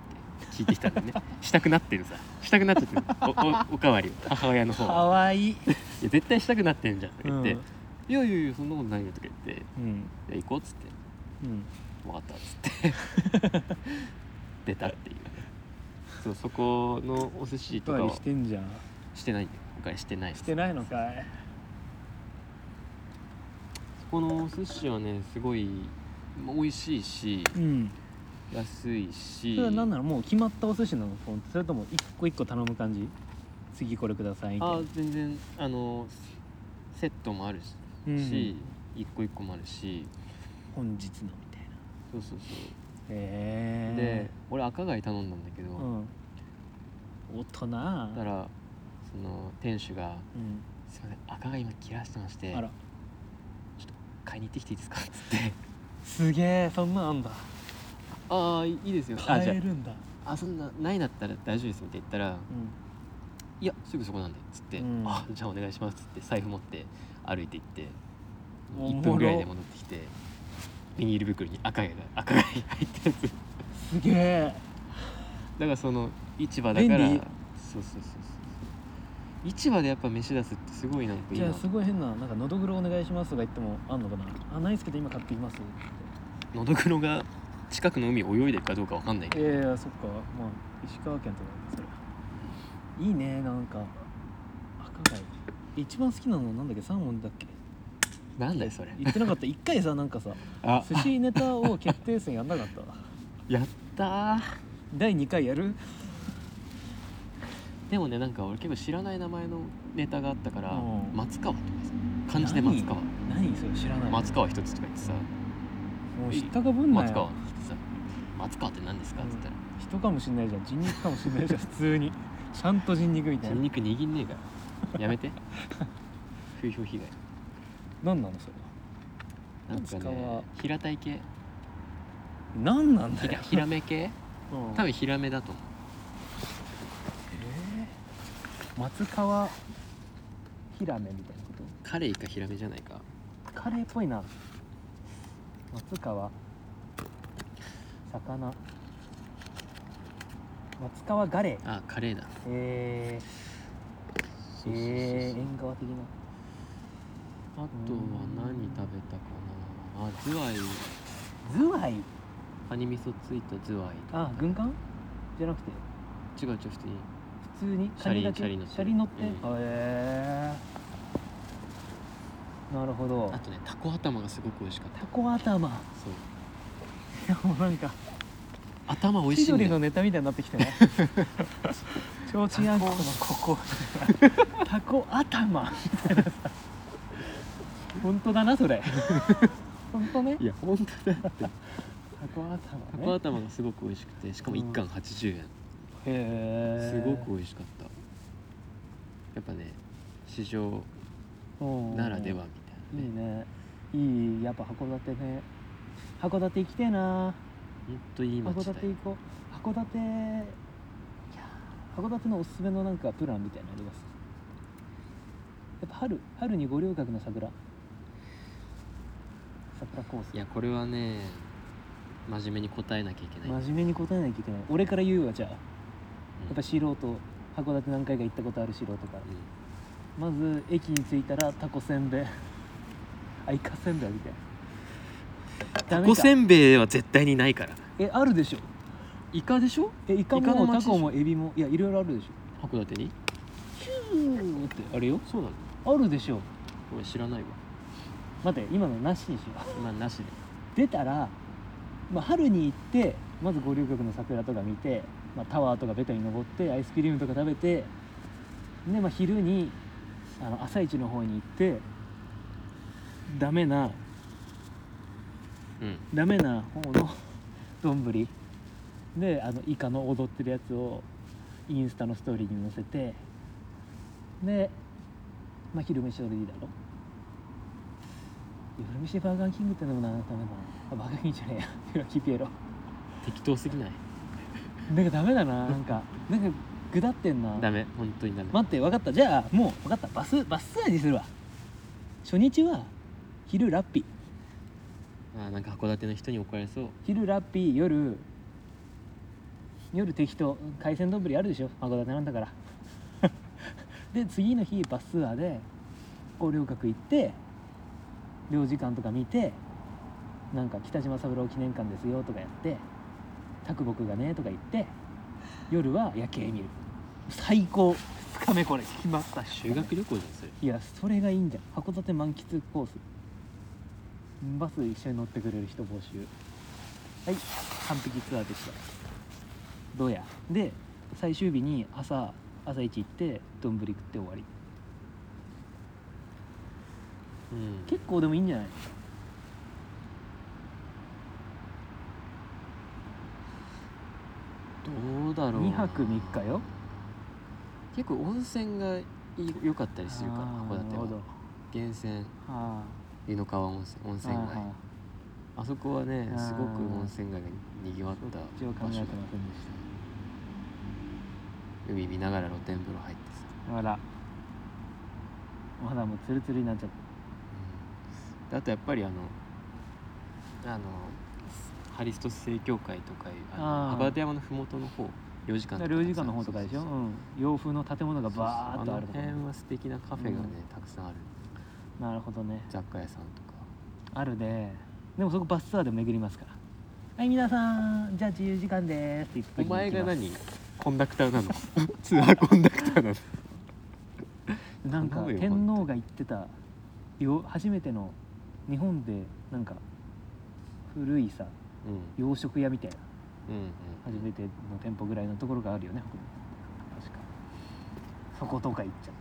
て聞いてき
[LAUGHS]
たんだよねしたくなってるさしたくなっちゃってるおおおかわりを母親の方
か
は
わ
[LAUGHS]
いい
「いや絶対したくなってんじゃん」とか言って「
うん
いやいやいやそんなことないよ」とか言って
うん
「じゃあ行こう」っつって
うん
「分かった」っつって出たっていうそうそこのお寿司
おか
と
わ
か
り
を
してんじゃん
してないんだよおかわりしてないです
してないのかい
そこのお寿司はねすごいまあ美味しいし
うん
安いし
それは何なのもう決まったお寿司なのポンってそれとも一個一個頼む感じ次これくださいみたい
あ
な
全然あのセットもあるし
うん
し、一個一個もあるし
本日のみたいな
そうそうそ
へ
うで
え
俺赤貝頼んだんだけど、
うん大人
だからその店主が
うん
「すいません赤貝今切らしてまして
あら
買いに行ってきていいですか?」っつって
すげえそんなんあんだ
「ああいいですよ」あ
買
じゃ
えるんだ
ああそんなないだったら大丈夫です」って言ったら「
うん
いやすぐそこなんで」っつって「
うん
あじゃあお願いします」っつって財布持って歩いて行って
おもろ
1分ぐらいで戻ってきてビニール袋に赤貝が赤貝入ったやつ
すげえ
だからその市場だから
便利
そうそうそうそう市場でやっぱ飯出すってすごいなんかいい
じゃ
な
あすごい変ななんか「のどぐろお願いします」とか言ってもあんのかな「あないですけど今買ってきます」って
のどぐろが近くの海泳いでるかどうかわかんないけ
い
ど、
やいやそっかまあ石川県とかだねそれいいねなんか赤貝一番好きなのなんだっけサーモンだっけ
なんだよそれ
言ってなかった一回さなんかさ
あ
寿司ネタを決定戦やんなかった
やったー
第2回やる
でもねなんか俺結構知らない名前のネタがあったから
う
「
ん
松川」とかさ漢字で「松川」
何それ知ら
「
ないも
松川一つ」とか言ってさ
う知ったかぶ
「
んな
松川」
よ
って言ってさ「松川って何ですか?」っつったら
人かもしんないじゃん人肉かもしんないじゃん普通にちゃんと人肉み
「
たい
筋
な
肉握んねえからやめて」 [LAUGHS] 風評被害
何なのそれ
なんか
松川
ね平たい系
何なん
ひ
だ
ら
よ
ひらめ系
うん
多分ヒラメだと思
えー松川ヒラメみたいなこ
うカレイかヒラメじゃないか
とカレーっぽいな松川魚松川ガレー
あカレーだ
え
そ
ー、
うそうそうそ
え
う
ー、縁側的な
あとは何食べたかなあズワイ
ズワイ
カニ味噌ついたズワイ
あ軍艦じゃなくて
違う違う普通に
普通にカニだけ
シャリシ
シ
ャ
ャ
リ
リ
乗
乗
っ
ってて
る
へ、えー、なるほど
あとねタコ頭がすごく美味しかった
タコ頭 [LAUGHS]
そう
でもなんか
頭美味しい
千
んだ
鳥
よ [LAUGHS]
のネタみたいになってきてねち提灯あんこのここタコ
[LAUGHS]
頭
本当だなそれ
本当ね
いや本当だよ
タコ頭ね
タコ頭がすごく美味しくてしかも1貫80円、
へえ
すごく美味しかったやっぱね市場ならではみたい
い
ないね
ねいいやっぱ函館ね函館行きてえな
ほんといい
函
街だよ
館行こう函館いやー函館のおすすめのなんかプランみたいなのありますやっぱ春春に五稜郭の桜桜コース
いやこれはね真面目に答えなきゃいけない、うん
真面目に答えなきゃいけない俺から言うわじゃあやっぱ素人函館何回か行ったことある素人から
うん
まず駅に着いたらタコせんべい [LAUGHS] あイカせんべいみたい
タ
な
コせ
ん
んべいは絶対にないから
えあるでしょ
イカでしょ
えイカ
イカ
も
の町で
タ
しょ
コもエビもいやいろいろあるでし
函館に
ょうーんってあれよ
そうなの
あるでしょ
俺知らないわ
待って今のなしにしよう
まあなしで
出たら、まあ、春に行ってまず五稜郭の桜とか見て、まあ、タワーとかベタに登ってアイスクリームとか食べてで、まあ、昼にあの朝市の方に行ってダメな
うん
ダメな方の [LAUGHS] 丼であのイカの踊ってるやつをインスタのストーリーに載せてで、まあ、昼飯はでいいだろ夜飯でバーガーキングってのもなダメだなあバーガーキングじゃねえや [LAUGHS] フラキピエロ
適当すぎない
なんかダメだななんかなんかぐだってんな
ダメ本当にダメ
待って分かったじゃあもう分かったバスバスツアーにするわ初日は昼ラッピー
あーなんか函館の人に怒られそう
昼ラッピー夜夜適当海鮮丼あるでしょ函館なんだから [LAUGHS] で次の日バスツアーで五稜郭行って領事館とか見てなんか北島三郎記念館ですよとかやって卓木がねとか言って夜は夜景見る最高2日目これ決まった
修学旅行じゃんそれ
いやそれがいいんじゃん函館満喫コースバス一緒に乗ってくれる人募集はい完璧ツアーでしたどうやで最終日に朝朝一行って丼食って終わり
うん
結構でもいいんじゃない
どうだろう
2泊3日よ
結構温泉がいい良かったりするから
あー
函
なるほ
館
ど
は源泉
は
湯の川温泉温
あ
泉街
は
あそこはね
あー
すごく温泉街がにぎわっ
あ
た
そっちを考え
場
てま
所
せん
だ
でし
海見ながら露天風呂入ってさ、
たあらお肌もツルツルになっちゃっ
うんであとやっぱりあのあのハリストス正教会とかいう
あ
あ
ー
の函館山の麓の方領事館
た
とか
領事館の方とかでしょ、、
そううそうん
洋風の建物が
そう
バーっとあると
そ
こ
うあの辺は素敵なカフェがね、
う
たくさんある
なるほどね
雑貨屋さんとか
あるででもそこバスツアーで巡りますからはい皆さんじゃあ自由時間ですって言って
お前が
行き
何コンダクターなの [LAUGHS] ツアーコンダクターなの
ますなんか
頼むよ
天皇が言ってたよ初めての日本でなんか古いさ
うん
洋食屋みたいな
うんうん
初めての店舗ぐらいのところがあるよね北部確かそことか行っちゃっ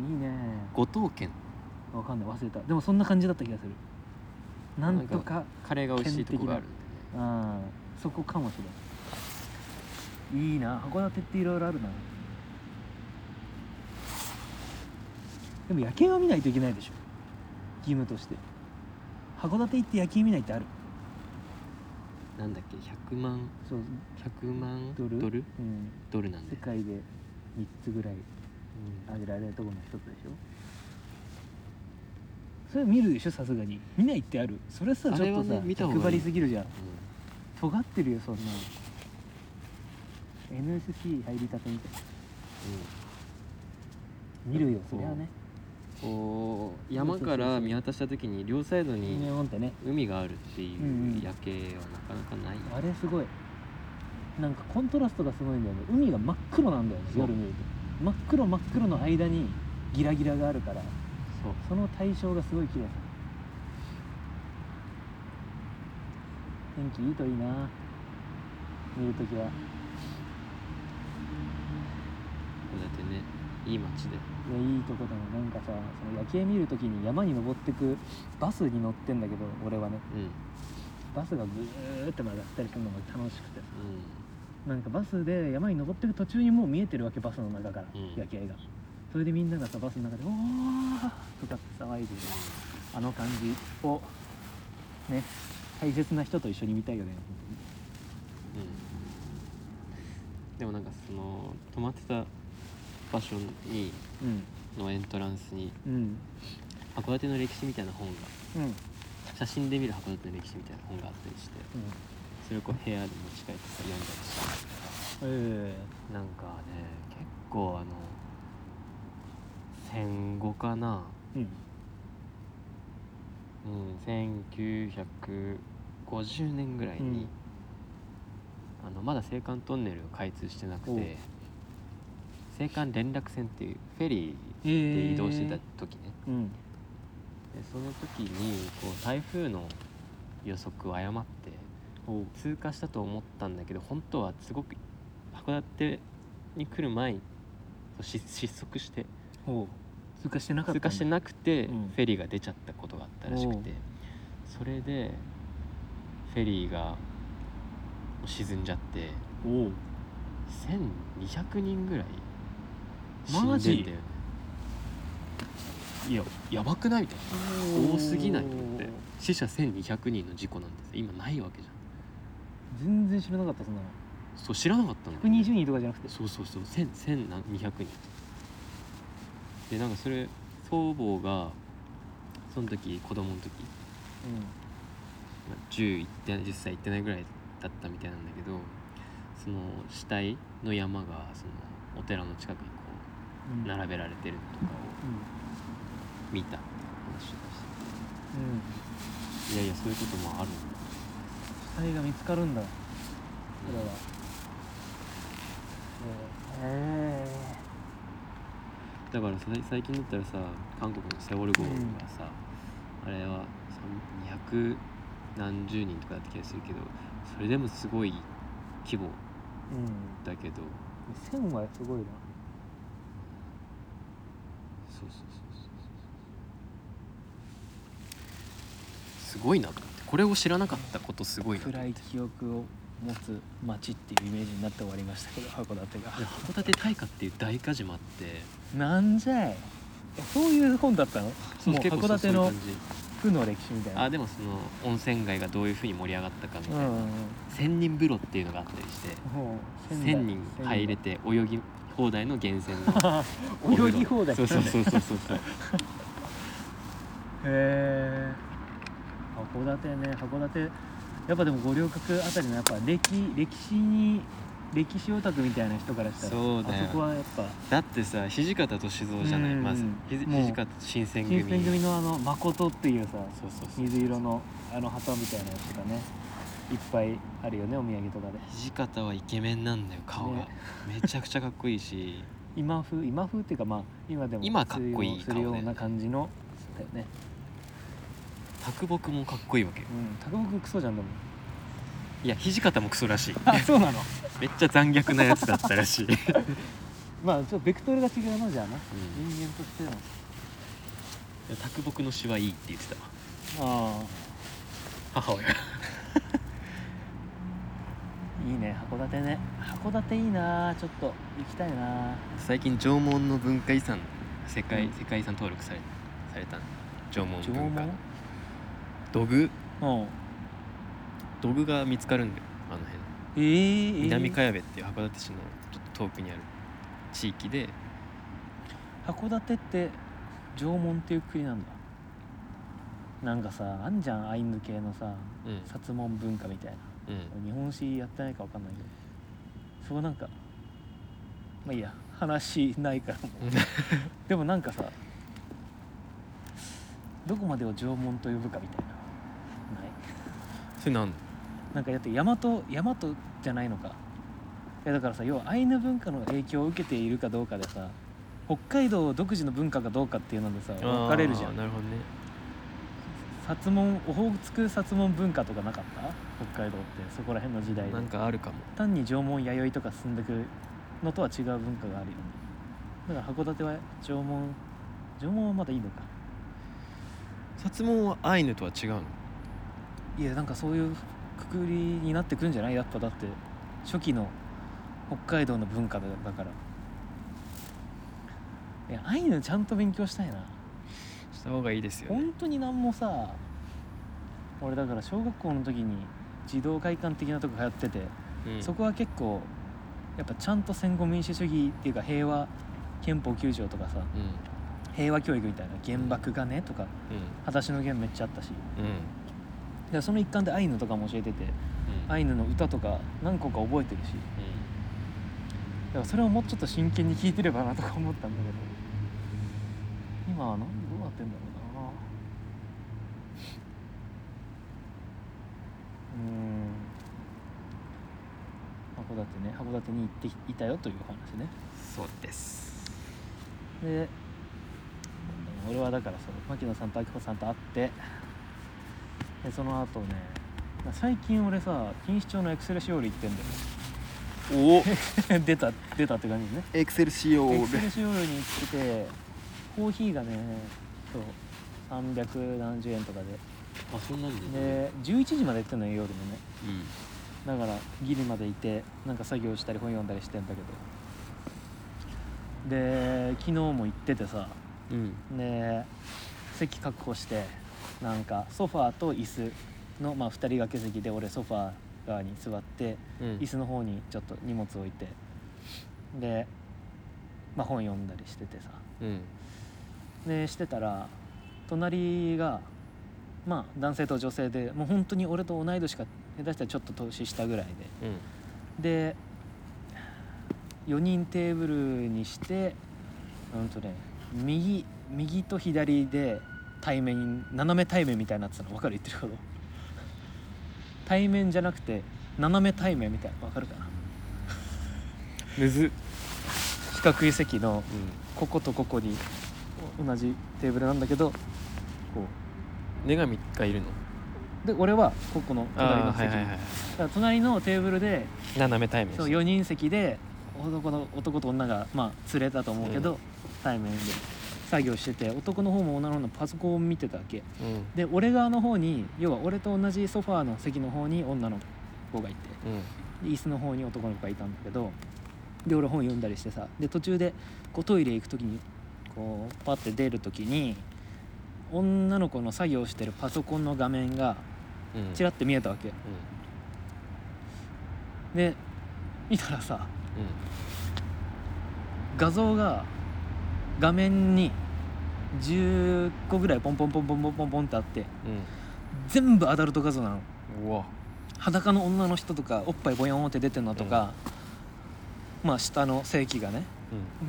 たいいね
五島県
わかんない忘れたでもそんな感じだった気がするなんと
なん
か
カレーが美味しいとこがあるんでね
うんそこかもしれないいいな函館っていろいろあるなでも夜景は見ないといけないでしょ義務として函館行って夜景見ないってある
なんだっけ100万
そう、
100万
ドル
ドル
うん、
ドルなん
世
で、
界で3つぐらい
うん
挙げられるところの一つでしょそれ見るでしょさすがに見ないってあるそれさ
あ
ち
れ
ょ
は
っとさ、
ね見た方がい
欲
い
張りすぎるじゃん
うん
尖ってるよそんな NSC 入りたてみたいな見るよそりゃね
こう山から見渡した時に両サイド
いいね
に
ほんってね
海があるってい
んう
うん夜景はなかなかないよ
あれすごいなんかコントラストがすごいんだよね海が真っ黒なんだよね
そう
夜見ると真っ黒真っ黒の間にギラギラがあるから
そう
その対象がすごい綺麗天気いいといいな見るときは
いい街で
ねいいとこだねなんかさその夜景見るときに山に登ってくバスに乗ってんだけど俺はね
うん
バスがぐーって曲がったりするのが楽しくて
う
なんかバスで山に登ってく途中にもう見えてるわけバスの中から、
うん
夜景がそれでみんながさバスの中で「おー!」とかって騒いでるあの感じをね大切な人と一緒に見たいよね本当に
んうんでもなんかその泊まってた場所に
うん
のエントランスに
うん
函館の歴史みたいな本が
うんうん
写真で見る函館の歴史みたいな本があったりしてそれをこう部屋で持ち帰ってさ読んだりして
え
なんかね結構あの戦後かな
えうん
うん1950年ぐらいに、あのまだ青函トンネルを開通してなく
おう
て青函連絡船っていうフェリ
え
ーで
ー
移動してた時ね、
うん
でその時にこう台風の予測を誤って通過したと思ったんだけど本当はすごく函館に来る前にそうし失速して
おう通過してなかった
通
んだ
過してなくて、
うん
フェリーが出ちゃったことがあったらしくてそれでフェリーが沈んじゃって
おう
1200人ぐらい死
マ
ん
ジ
でんだよねいややばくないみたいな多すぎないと思って死者1200人の事故なんてさ今ないわけじゃん
全然知らなかったそんなの
そう知らなかったの
120人とかじゃなくて
そうそうそう千千何200人でなんかそれ祖母がその時子供の時まあ10いって10歳いってないぐらいだったみたいなんだけどその死体の山がそのお寺の近くにこ
うん
う並べられてるのとかを
うん
見たって話を
うん
していやいやそういうこともあるんだ
死体が見つかるんだそれはへ
だからさ最近だったらさ韓国のセウォル号がさ、あれはさ200何十人とかだった気がするけどそれでもすごい規模
えうん
だけど
線はすごいな
そうそうそうそうそうすごいなと思ってこれを知らなかったことすごいなと思っ
暗
て
い記憶を持つ町っていうイメージになって終わりましたけど函館が
いや函館大火っていう大火事もあって
なんじゃいえそういう本だったのもう
結
函
構そうそう
館
いう
の
感じ
負の歴史みたいな
あでもその温泉街がどういうふうに盛り上がったかみた
う
い
んう
な、
ん
千人風呂っていうのがあったりして
うんもう
千人入れて泳ぎ放題の源泉のお風
泳
呂
ぎ放題
そうそうそうそうそうそう
へ
函館ね函館やっぱでも五稜郭あたりのやっぱ歴歴史に歴史オタクみたいな人からしたら
そうだよ
あそこはやっぱ
だってさ土方歳三じゃない
うん
まずひ
もう
土方新選組
新選組のあの誠っていうさ
そうそうそう
水色のあの旗みたいなやつがねいっぱいあるよねお土産とかで
土方はイケメンなんだよ顔が
ね
めちゃくちゃかっこいいし
今風今風っていうかまあ今でも
今かっこいい
通用するよ
顔だ
う
よ
な
ね
感じのだよね
卓木もかっこいいわけよ
うん高木クソじゃんでも
いや土方もクソらしい
[LAUGHS] あそうなの
めっちゃ残虐なやつだったら [LAUGHS] しい、うん
[LAUGHS] まあちょっとベクトルが違うのじゃあな人間としての
卓木の詩はいいって言ってたわ
あ
母親
あいいね函館ね函館いいなちょっと行きたいな
最近縄文の文化遺産世界,、
うん
世界遺産登録されされたの縄文
縄
文化
文
土偶
うん
土偶が見つかるんだよあの辺
ええ
南茅部っていう函館市のちょっと遠くにある地域で
函館って縄文っていう国なんだなんかさあんじゃんアイヌ系のさ
うん、
薩摩文化みたいな
うん、
日本史やってないかわかんないけどそうなんかまあいいや話ないからもう
うん
でもなんかさどこまでを縄文と呼ぶかみたいなない
それなん
なんかだって大和大和じゃないのかいやだからさ要はアイヌ文化の影響を受けているかどうかでさ北海道独自の文化かどうかっていうのでさ分かれるじゃ
あー
ん
なるほどね
薩門オホーツク薩門文化とかなかった北海道ってそこら辺の時代で
なんかあるかも
単に縄文弥生とか進んでくのとは違う文化があるよねだから函館は縄文縄文はまだいいのか
薩摩はアイヌとは違うの
いやなんかそういうくくりになってくるんじゃないやっぱだって初期の北海道の文化だだからいやアイヌちゃんと勉強したいな
した方がいいですよね
本当に何もさ俺だから小学校の時に児童会館的なとこ通ってて、
うん
そこは結構やっぱちゃんと戦後民主主義っていうか平和憲法9条とかさ
うん
平和教育みたいな原爆がねとか裸足の弦めっちゃあったし
うんうん
でその一環でアイヌとかも教えてて
うん
アイヌの歌とか何個か覚えてるしだからそれをもうちょっと真剣に聴いてればなとか思ったんだけど今は何どうなってんだろうなうーん函館ね函館に行っていたよというお話ね
そうです
で俺はだからその牧野さんと明子さんと会ってでその後ね最近俺さ錦糸町のエクセルシオール行ってんだよ
お
[LAUGHS] 出た出たって感じね
エクセル仕様
エクセルシオールに行っててコーヒーがねそう300何十円とか
あそんなんで
でで11時までやってんのよ夜のね
うん
だからギリまでいてなんか作業したり本読んだりしてんだけどで昨日も行っててさ
うん
で席確保してなんかソファーと椅子の、まあ、2人掛け席で俺ソファー側に座って
うん
椅子の方にちょっと荷物置いてで、まあ、本読んだりしててさ
うん
でしてたら隣がまあ男性と女性でもう本当に俺と同い年か下手したらちょっと年下ぐらい
うん
でで4人テーブルにしてうんとね右右と左で対面斜め対面みたいになってたの分かる言ってること対面じゃなくて斜め対面みたいな分かるかな
むず
四角い席の
うん
こことここに同じテーブルなんだけどこ
女神がいるの
うで俺はここの隣の
ーは
席
いはいはい
だから隣のテーブルで
斜め対面
そう
して
4人席で男の男と女がまあ連れたと思うけど、対面で作業してて男の方も女の方のパソコンを見てたわけ
うん
で俺側の方に要は俺と同じソファーの席の方に女の子がいて
うん
で椅子の方に男の子がいたんだけどで俺本読んだりしてさで途中でこうトイレ行く時にこうパッて出る時に女の子の作業してるパソコンの画面が
うん
ちらって見えたわけで見たらさ
うん
画像が画面に10個ぐらいポンポンポンポンポンポンポンってあって
うん
全部アダルト画像なの
うんうわ
裸の女の人とかおっぱいボヨーンって出てんのとか、まあ下の性器がね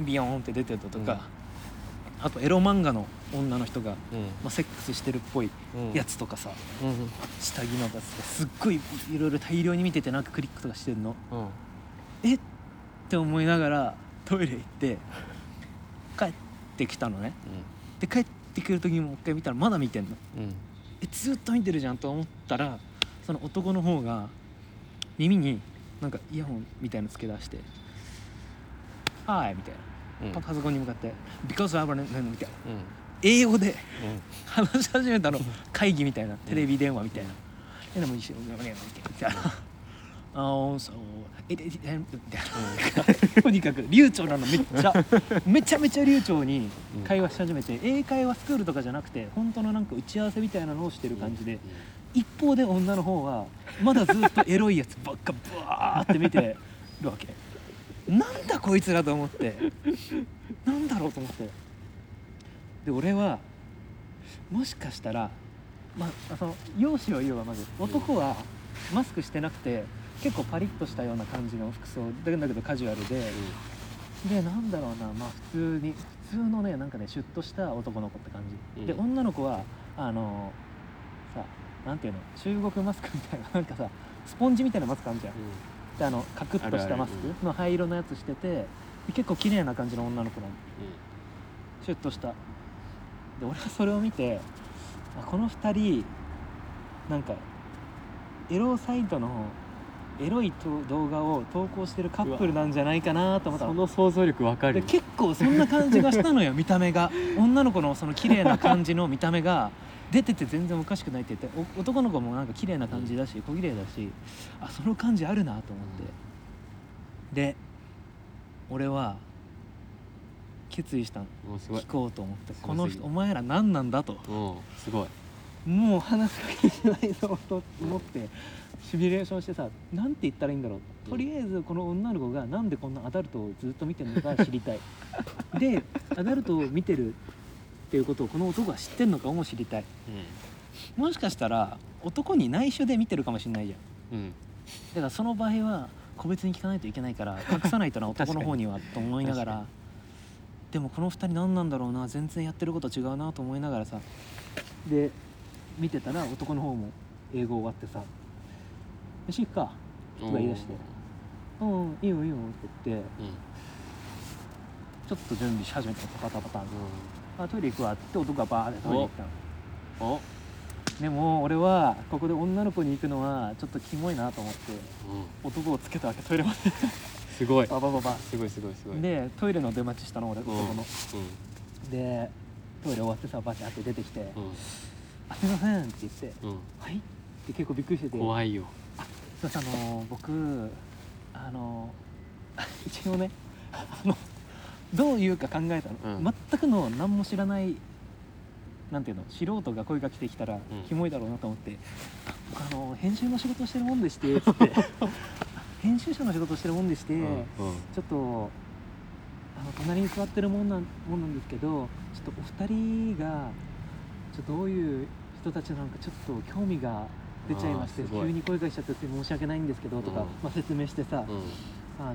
う
ビヨーンって出てたとか、あとエロ漫画の女の人が、
ん
まあ、セックスしてるっぽい
うん
やつとかさ、
うんうん
下着のやつとかすっごいいろいろ大量に見ててなんかクリックとかしてんの
うん
えっって思いながらトイレ行って帰ってきたのねで帰ってくる時にもう一回見たらまだ見てんの
うん
えずっと見てるじゃんと思ったらその男の方が耳になんかイヤホンみたいのつけ出して「はい」みたいな、
うん
パパソコンに向かって「Because I want to」みたいな
うんうん
英語で
うん
話し始めたの会議みたいなテレビ電話みたいな。でも一緒にみたいな。ああ、そう。え、え、え、みたいな。とにかく流暢なのめっちゃめちゃめちゃ流暢に会話し始めて、英会話スクールとかじゃなくて本当のなんか打ち合わせみたいなのをしてる感じで、一方で女の方はまだずっとエロいやつばっかブワーって見てるわけなんだこいつらと思ってなんだろうと思ってで俺はもしかしたらまあその容姿を言うわまず男はマスクしてなくて結構パリッとしたような感じの服装だけどカジュアルで、でなんだろうなまあ普通に普通のねなんかねシュッとした男の子って感じ、
うん
で女の子はあのさなんていうの中国マスクみたいな [LAUGHS] なんかさスポンジみたいなマスクあるじゃん、であのカクッとし
あるあ
た
る
マスクの灰色のやつしててで結構綺麗な感じの女の子なのシュッとしたで俺はそれを見てあこの2人なんかエロサイトのエロいと動画を投稿してるカップルなんじゃないかなと思った
そ
の
の想像力わか
で
る
結構そんな感じがしたのよ見た目が女の子のその綺麗な感じの見た目が出てて全然おかしくないって言ってお男の子もなんか綺麗な感じだし小綺麗だしあその感じあるなと思って、で俺は決意したの
もうすごい
聞こうと思って
すご
こ
い
の人お前ら何なんだと
もうすごい
もう話しかけてないぞと思ってシミュレーションしてさなんて言ったらいいんだろうとりあえずこの女の子がなんでこんなアダルトをずっと見てるのか知りたいでアダルトを見てるっていうことをこの男は知ってるのかも知りたいもしかしたら男に内緒で見てるかもしれないじゃん
うんうん
だからその場合は個別に聞かないといけないから [LAUGHS] 隠さないとな
確か
男
に
の方にはと思いながらでもこの2人何なんだろうな全然やってること違うなと思いながらさで見てたら男の方も英語終わってさ「飯行くか」とか言い出して「うんうんいいよいいよ」って言って
うん
ちょっと準備し始めたのパタパタパタ「あトイレ行くわ」って言って男がバーってトイレ行ったの
おうん
でも俺はここで女の子に行くのはちょっとキモいなと思って男をつけたわけトイレまです
ごい
ババババ
すごいすごいすごい
でトイレの出待ちしたの俺
うん
男の、でトイレ終わってさバチャって出てきて
うん
「あすいません」って言って
うん
「はい?」って結構びっくりして
う
て
ん怖いよ
すいませんあの僕あの [LAUGHS] 一応ねあのどう言うか考えたの、
うん
全くの何も知らないなんていうの素人が声が来てきたら
ん
キモいだろうなと思って「僕あの編集の仕事をしてるもんでして」
[LAUGHS]
つって「編集者の仕事をしてるもんでして」
うんうん
ちょっとあの隣に座ってるもんなんもんなんですけどちょっとお二人がちょっとどういう人たちなのかちょっと興味が出ちゃいまして
あー
急
すごい
に声かけちゃってすいません申し訳ないんですけどとか、
うん
まあ、説明してさ、
うん
あのーあ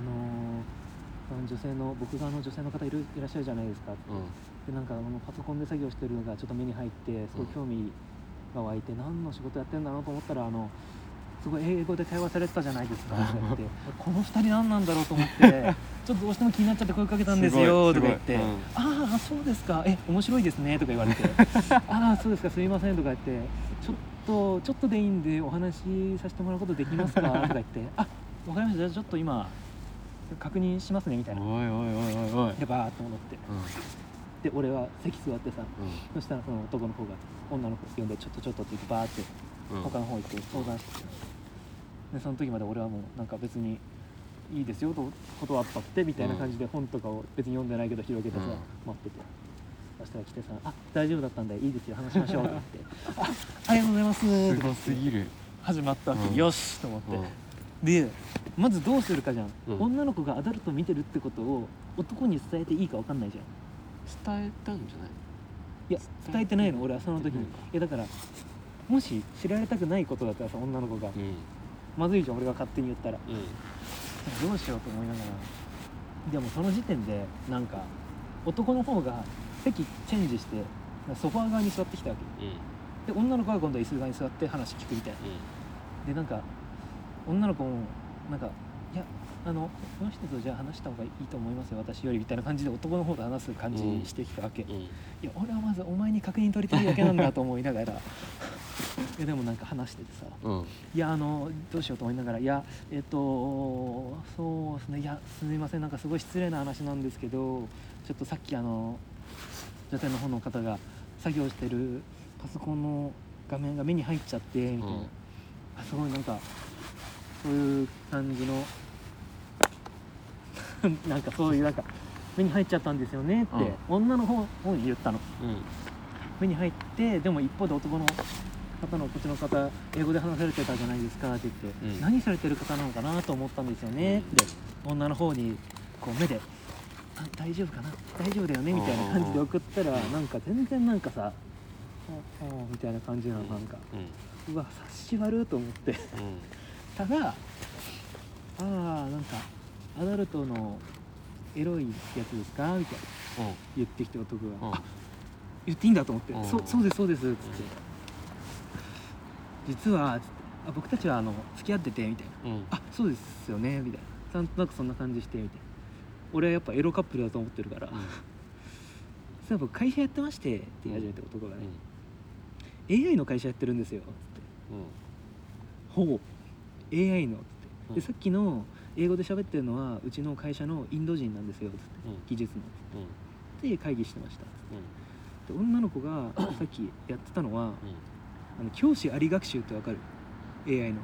の女性の僕側の女性の方いるいらっしゃるじゃないですかって、
うん
でなんかあのパソコンで作業してるのがちょっと目に入ってすごい興味が湧いて、何の仕事やってんだろうと思ったらあのすごい英語で会話されてたじゃないです
[LAUGHS]
かって言ってこの2人何なんだろうと思ってちょっとどうしても気になっちゃって声かけたんですよとか言って「
すごいうん
ああそうですかえ面白いですね」とか言わ
[LAUGHS]
れて「ああそうですかすいません」とか言って「ちょっとちょっとでいいんでお話しさせてもらうことできますか?」
[LAUGHS]
とか言って「あわかりましたじゃあちょっと今確認しますね」みたいな。
おいおいおいおいおい
でバーッと戻って
うん
で俺は席座ってさ
う
そしたらその男の方が女の子呼んでちょっとちょっとって言ってバーって
んうん
他の方行って相談してきたでその時まで俺はもうなんか別にいいですよと断ったってみたいな感じで本とかを別に読んでないけど広げてさ、
うん
待っててそしたら来てさ「あ大丈夫だったんでいいですよ話しましょう」って言って「あありがとうございます」
す
とか
ごすぎる
始まったわけ、
うん
よしと思って、
うん
でまずどうするかじゃん、
うん
女の子がアダルト見てるってことを男に伝えていいか分かんないじゃん
伝えたんじゃない
いや伝えてないの俺はその時に、
うん
いやだからもし知られたくないことだったらさ女の子が、
うん
まずいじゃん俺が勝手に言ったら
うん
どうしようと思いながらでもその時点でなんか男の方が席チェンジしてソファー側に座ってきたわ
うん
けで女の子は今度は椅子側に座って話聞くみたいなでなんか女の子もなんか「いやあのこの人とじゃあ話した方がいいと思いますよ私より」みたいな感じで男の方と話す感じにしてきたわけ、
うんうん
いや俺はまずお前に確認取りたいだけなんだと思いながら [LAUGHS] いやでもなんか話しててさ「
うん
いやあのどうしよう」と思いながら「いやえっとそうですねいやすみませんなんかすごい失礼な話なんですけどちょっとさっきあの女性の方の方が作業してるパソコンの画面が目に入っちゃって」みたいな、
うん
あすごいなんかそういう感じの [LAUGHS] なんかそういうなんか目に入っちゃったんですよねって、女の方方に言ったの。
うん
目に入ってでも一方で男の方のこっちの方英語で話されてたじゃないですかって言って、
うん
何されてる方なのかなと思ったんですよね、
うん
で女の方にこう目で「あ大丈夫かな大丈夫だよね」みたいな感じで送ったら
うん
なんか全然なんかさ「ああー」みたいな感じなのなんか
うん
うわ察し悪いと思って [LAUGHS]
うん
ただああーなんかアダルトのエロいやつですかみたいな言ってきて男が、
うん
あ言っていいんだと思って「
うん
そうそうですそうです」つって「実は」つってあ僕たちはあの付き合ってて」みたいな
うん
「あそうですよね」みたいななんとなくそんな感じしてみたいな俺はやっぱエロカップルだと思ってるから
うん
「そういえば僕会社やってまして」って言い始めて男が
う
ね
ん
「AI の会社やってるんですよ」つって
うん
「ほう AI の」つってでさっきの英語で喋ってるのはうちの会社のインド人なんですよつって技術ので会議してましたで女の子がさっきやってたのは、あの教師あり学習ってわかる AI の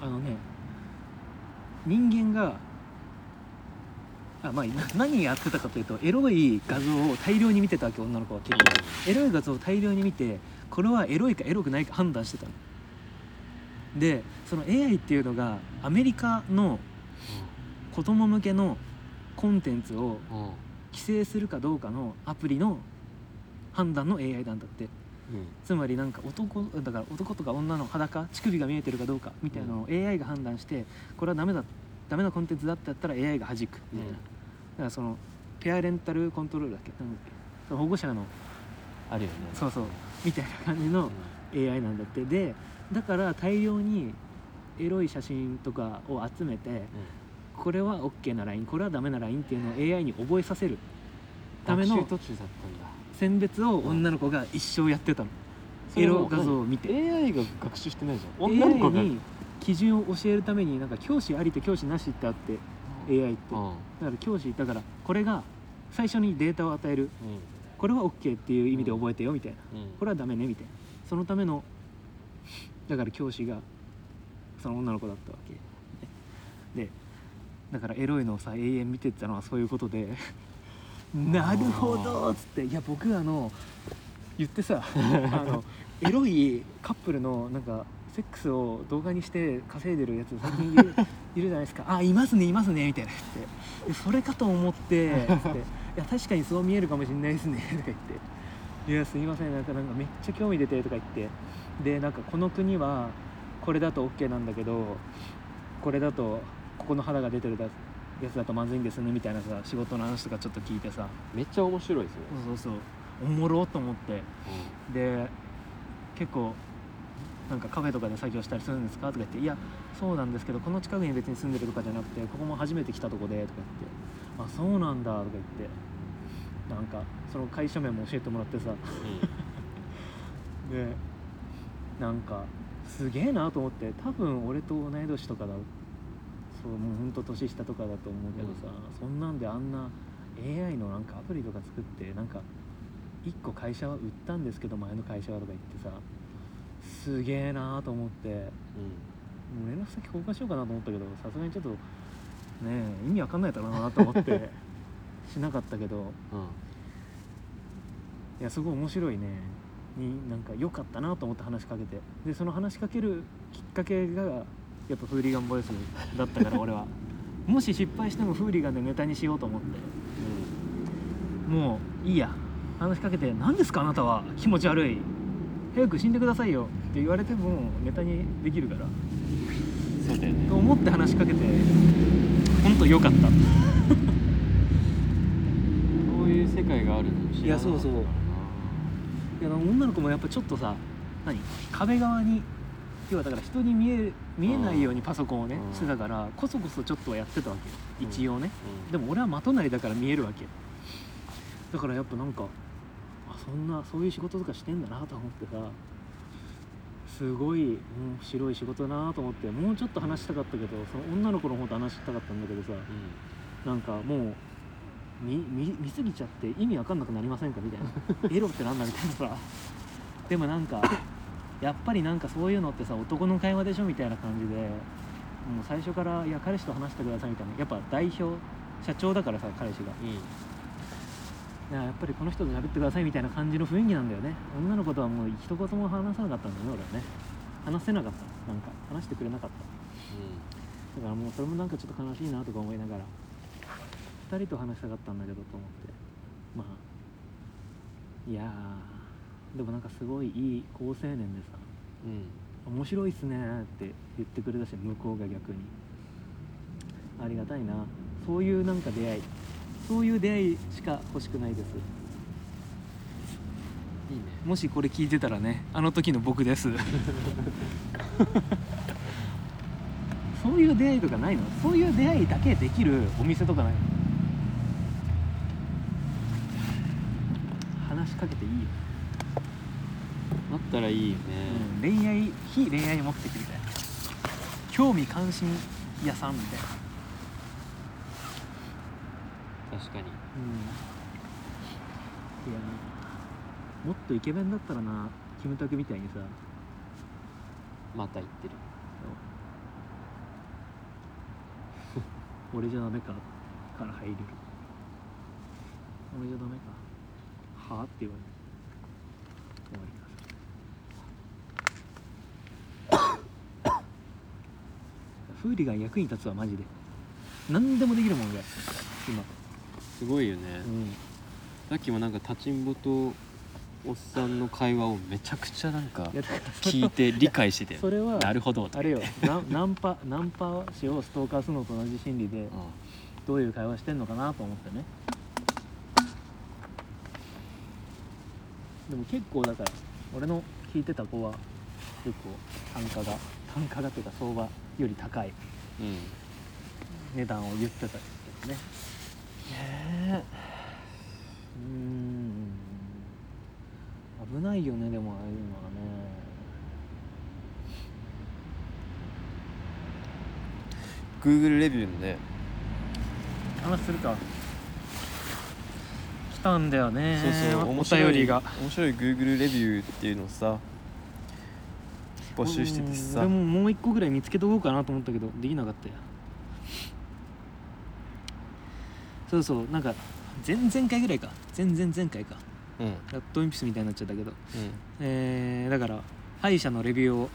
あのね人間があまあな何やってたかというとエロい画像を大量に見てたわけ女の子は結構エロい画像を大量に見てこれはエロいかエロくないか判断してたのでその AI っていうのがアメリカの子供向けのコンテンツを規制するかどうかのアプリの判断の AI なんだってつまりなんか男だから男とか女の裸乳首が見えてるかどうかみたいなのを AI が判断してこれはダメだダメなコンテンツだってやったら AI が弾くみたいな、だからそのペアレンタルコントロールだっけなんだっけその保護者の
あるよね
そうそうみたいな感じの AI なんだってでだから大量にエロい写真とかを集めて、これは OK なラインこれはダメなラインっていうのを AI に覚えさせるための
学習途中だった
選別を女の子が一生やってたの、
んだ
エロ画像を見て
それもう何 AI が学習してないじゃん
AI
女の子が
に基準を教えるためになんか教師ありと教師なしってあって AI ってだから教師だからこれが最初にデータを与えるこれは OK っていう意味で覚えてよみたいなこれはダメねみたいなそのためのだから教師がその女の子だったわけでだからエロいのをさ永遠見てったのはそういうことでなるほどっつっていや僕あの言ってさあのエロいカップルのなんかセックスを動画にして稼いでるやつ最近いるいるじゃないですか「あいますねいますね」みたいな言ってでそれかと思ってつって「いや確かにそう見えるかもしれないですね」とか言って「いやすいませんなんかなんかめっちゃ興味出て」とか言ってでなんかこの国はこれだと OK なんだけどこれだとここの肌が出てるだやつだとまずいんですねみたいなさ仕事の話とかちょっと聞いてさ
めっちゃ面白いですよ
そうそうそうおもろと思ってで結構なんかカフェとかで作業したりするんですかとか言って「いやそうなんですけどこの近くに別に住んでるとかじゃなくてここも初めて来たとこで」とか言って「あそうなんだ」とか言ってなんかその会社名も教えてもらってさでなんかすげえなと思って多分俺と同い年とかだそうもうほんと年下とかだと思うけどさ、そんなんであんな AI のなんかアプリとか作ってなんか1個会社は売ったんですけど前の会社はとか言ってさすげえなと思ってもう連絡先交換しようかなと思ったけどさすがにちょっとねえ意味わかんないだろうなと思って [LAUGHS] しなかったけどいやすごい面白いねになんか良かったなと思って話しかけてでその話しかけるきっかけがやっぱフーリガンボイスだった [LAUGHS] から俺はもし失敗してもフーリガンでネタにしようと思ってもういいや話しかけて「何ですかあなたは気持ち悪い早く死んでくださいよ」って言われてもネタにできるから
そうだよね
と思って話しかけて本当良かった
こういう世界があるのも知らなかった
いやそうそう
からない
や女の子もやっぱちょっとさ何壁側に要はだから人に見える見えないようにパソコンをね
うん
してたからこそこそちょっとはやってたわけよ
うん
一応ねでも俺は的なりだから見えるわけだからやっぱなんかあそんなそういう仕事とかしてんだなと思ってさすごい面白い仕事だなと思ってもうちょっと話したかったけどその女の子の方と話したかったんだけどさなんかもう見見見すぎちゃって意味わかんなくなりませんかみたいなエロってなんだみたいなさでもなんかやっぱりなんかそういうのってさ男の会話でしょみたいな感じでもう最初から「いや彼氏と話してください」みたいなやっぱ代表社長だからさ彼氏が
うんうん
いややっぱりこの人と喋ってくださいみたいな感じの雰囲気なんだよね女の子とはもう一言も話さなかったんだよね俺はね話せなかったなんか話してくれなかっただからもうそれもなんかちょっと悲しいなとか思いながら2人と話したかったんだけどと思ってまあいやーでもなんかすごいいい好青年でさ
うん
面白いっすねーって言ってくれたし向こうが逆にありがたいなそういうなんか出会いそういう出会いしか欲しくないです
いいね
もしこれ聞いてたらねあの時の僕ですそういう出会いとかないのそういう出会いだけできるお店とかないの話しかけていいよ、
あったらいいよね
うん、恋愛非恋愛目的みたいな興味関心屋さんみたいな、
確かに
うん、いやもっとイケメンだったらなキムタクみたいにさ
また言ってる
[LAUGHS] 俺じゃダメかから入れる俺じゃダメかはあって言われる終わりかフーリガン役に立つわマジで何でもできるもん俺今
すごいよね、
うん
さっきもなんか立ちんぼとおっさんの会話をめちゃくちゃなんか
いやだからそれ
聞いて理解してて
それは
なるほどと
あれよナンナンパナンパ師をストーカーするのと同じ心理で
うん
どういう会話してんのかなと思ってねでも結構だから俺の聞いてた子は結構単価が単価がっていうか相場より高い
うん
値段を言ってたけどね
ね
うーん危ないよねでもああいうのはね
ー Google レビューのね
話するか来たんだよね
そうそう
お
面白
便
い
りが
面白い Google レビューっていうのをさ募集しててさ
うん俺ももう一個ぐらい見つけとこうかなと思ったけどできなかったよそうそうなんか前々回ぐらいか前々前回か
うんうん
ラットインピスみたいになっちゃったけどえー、だから歯医者のレビューを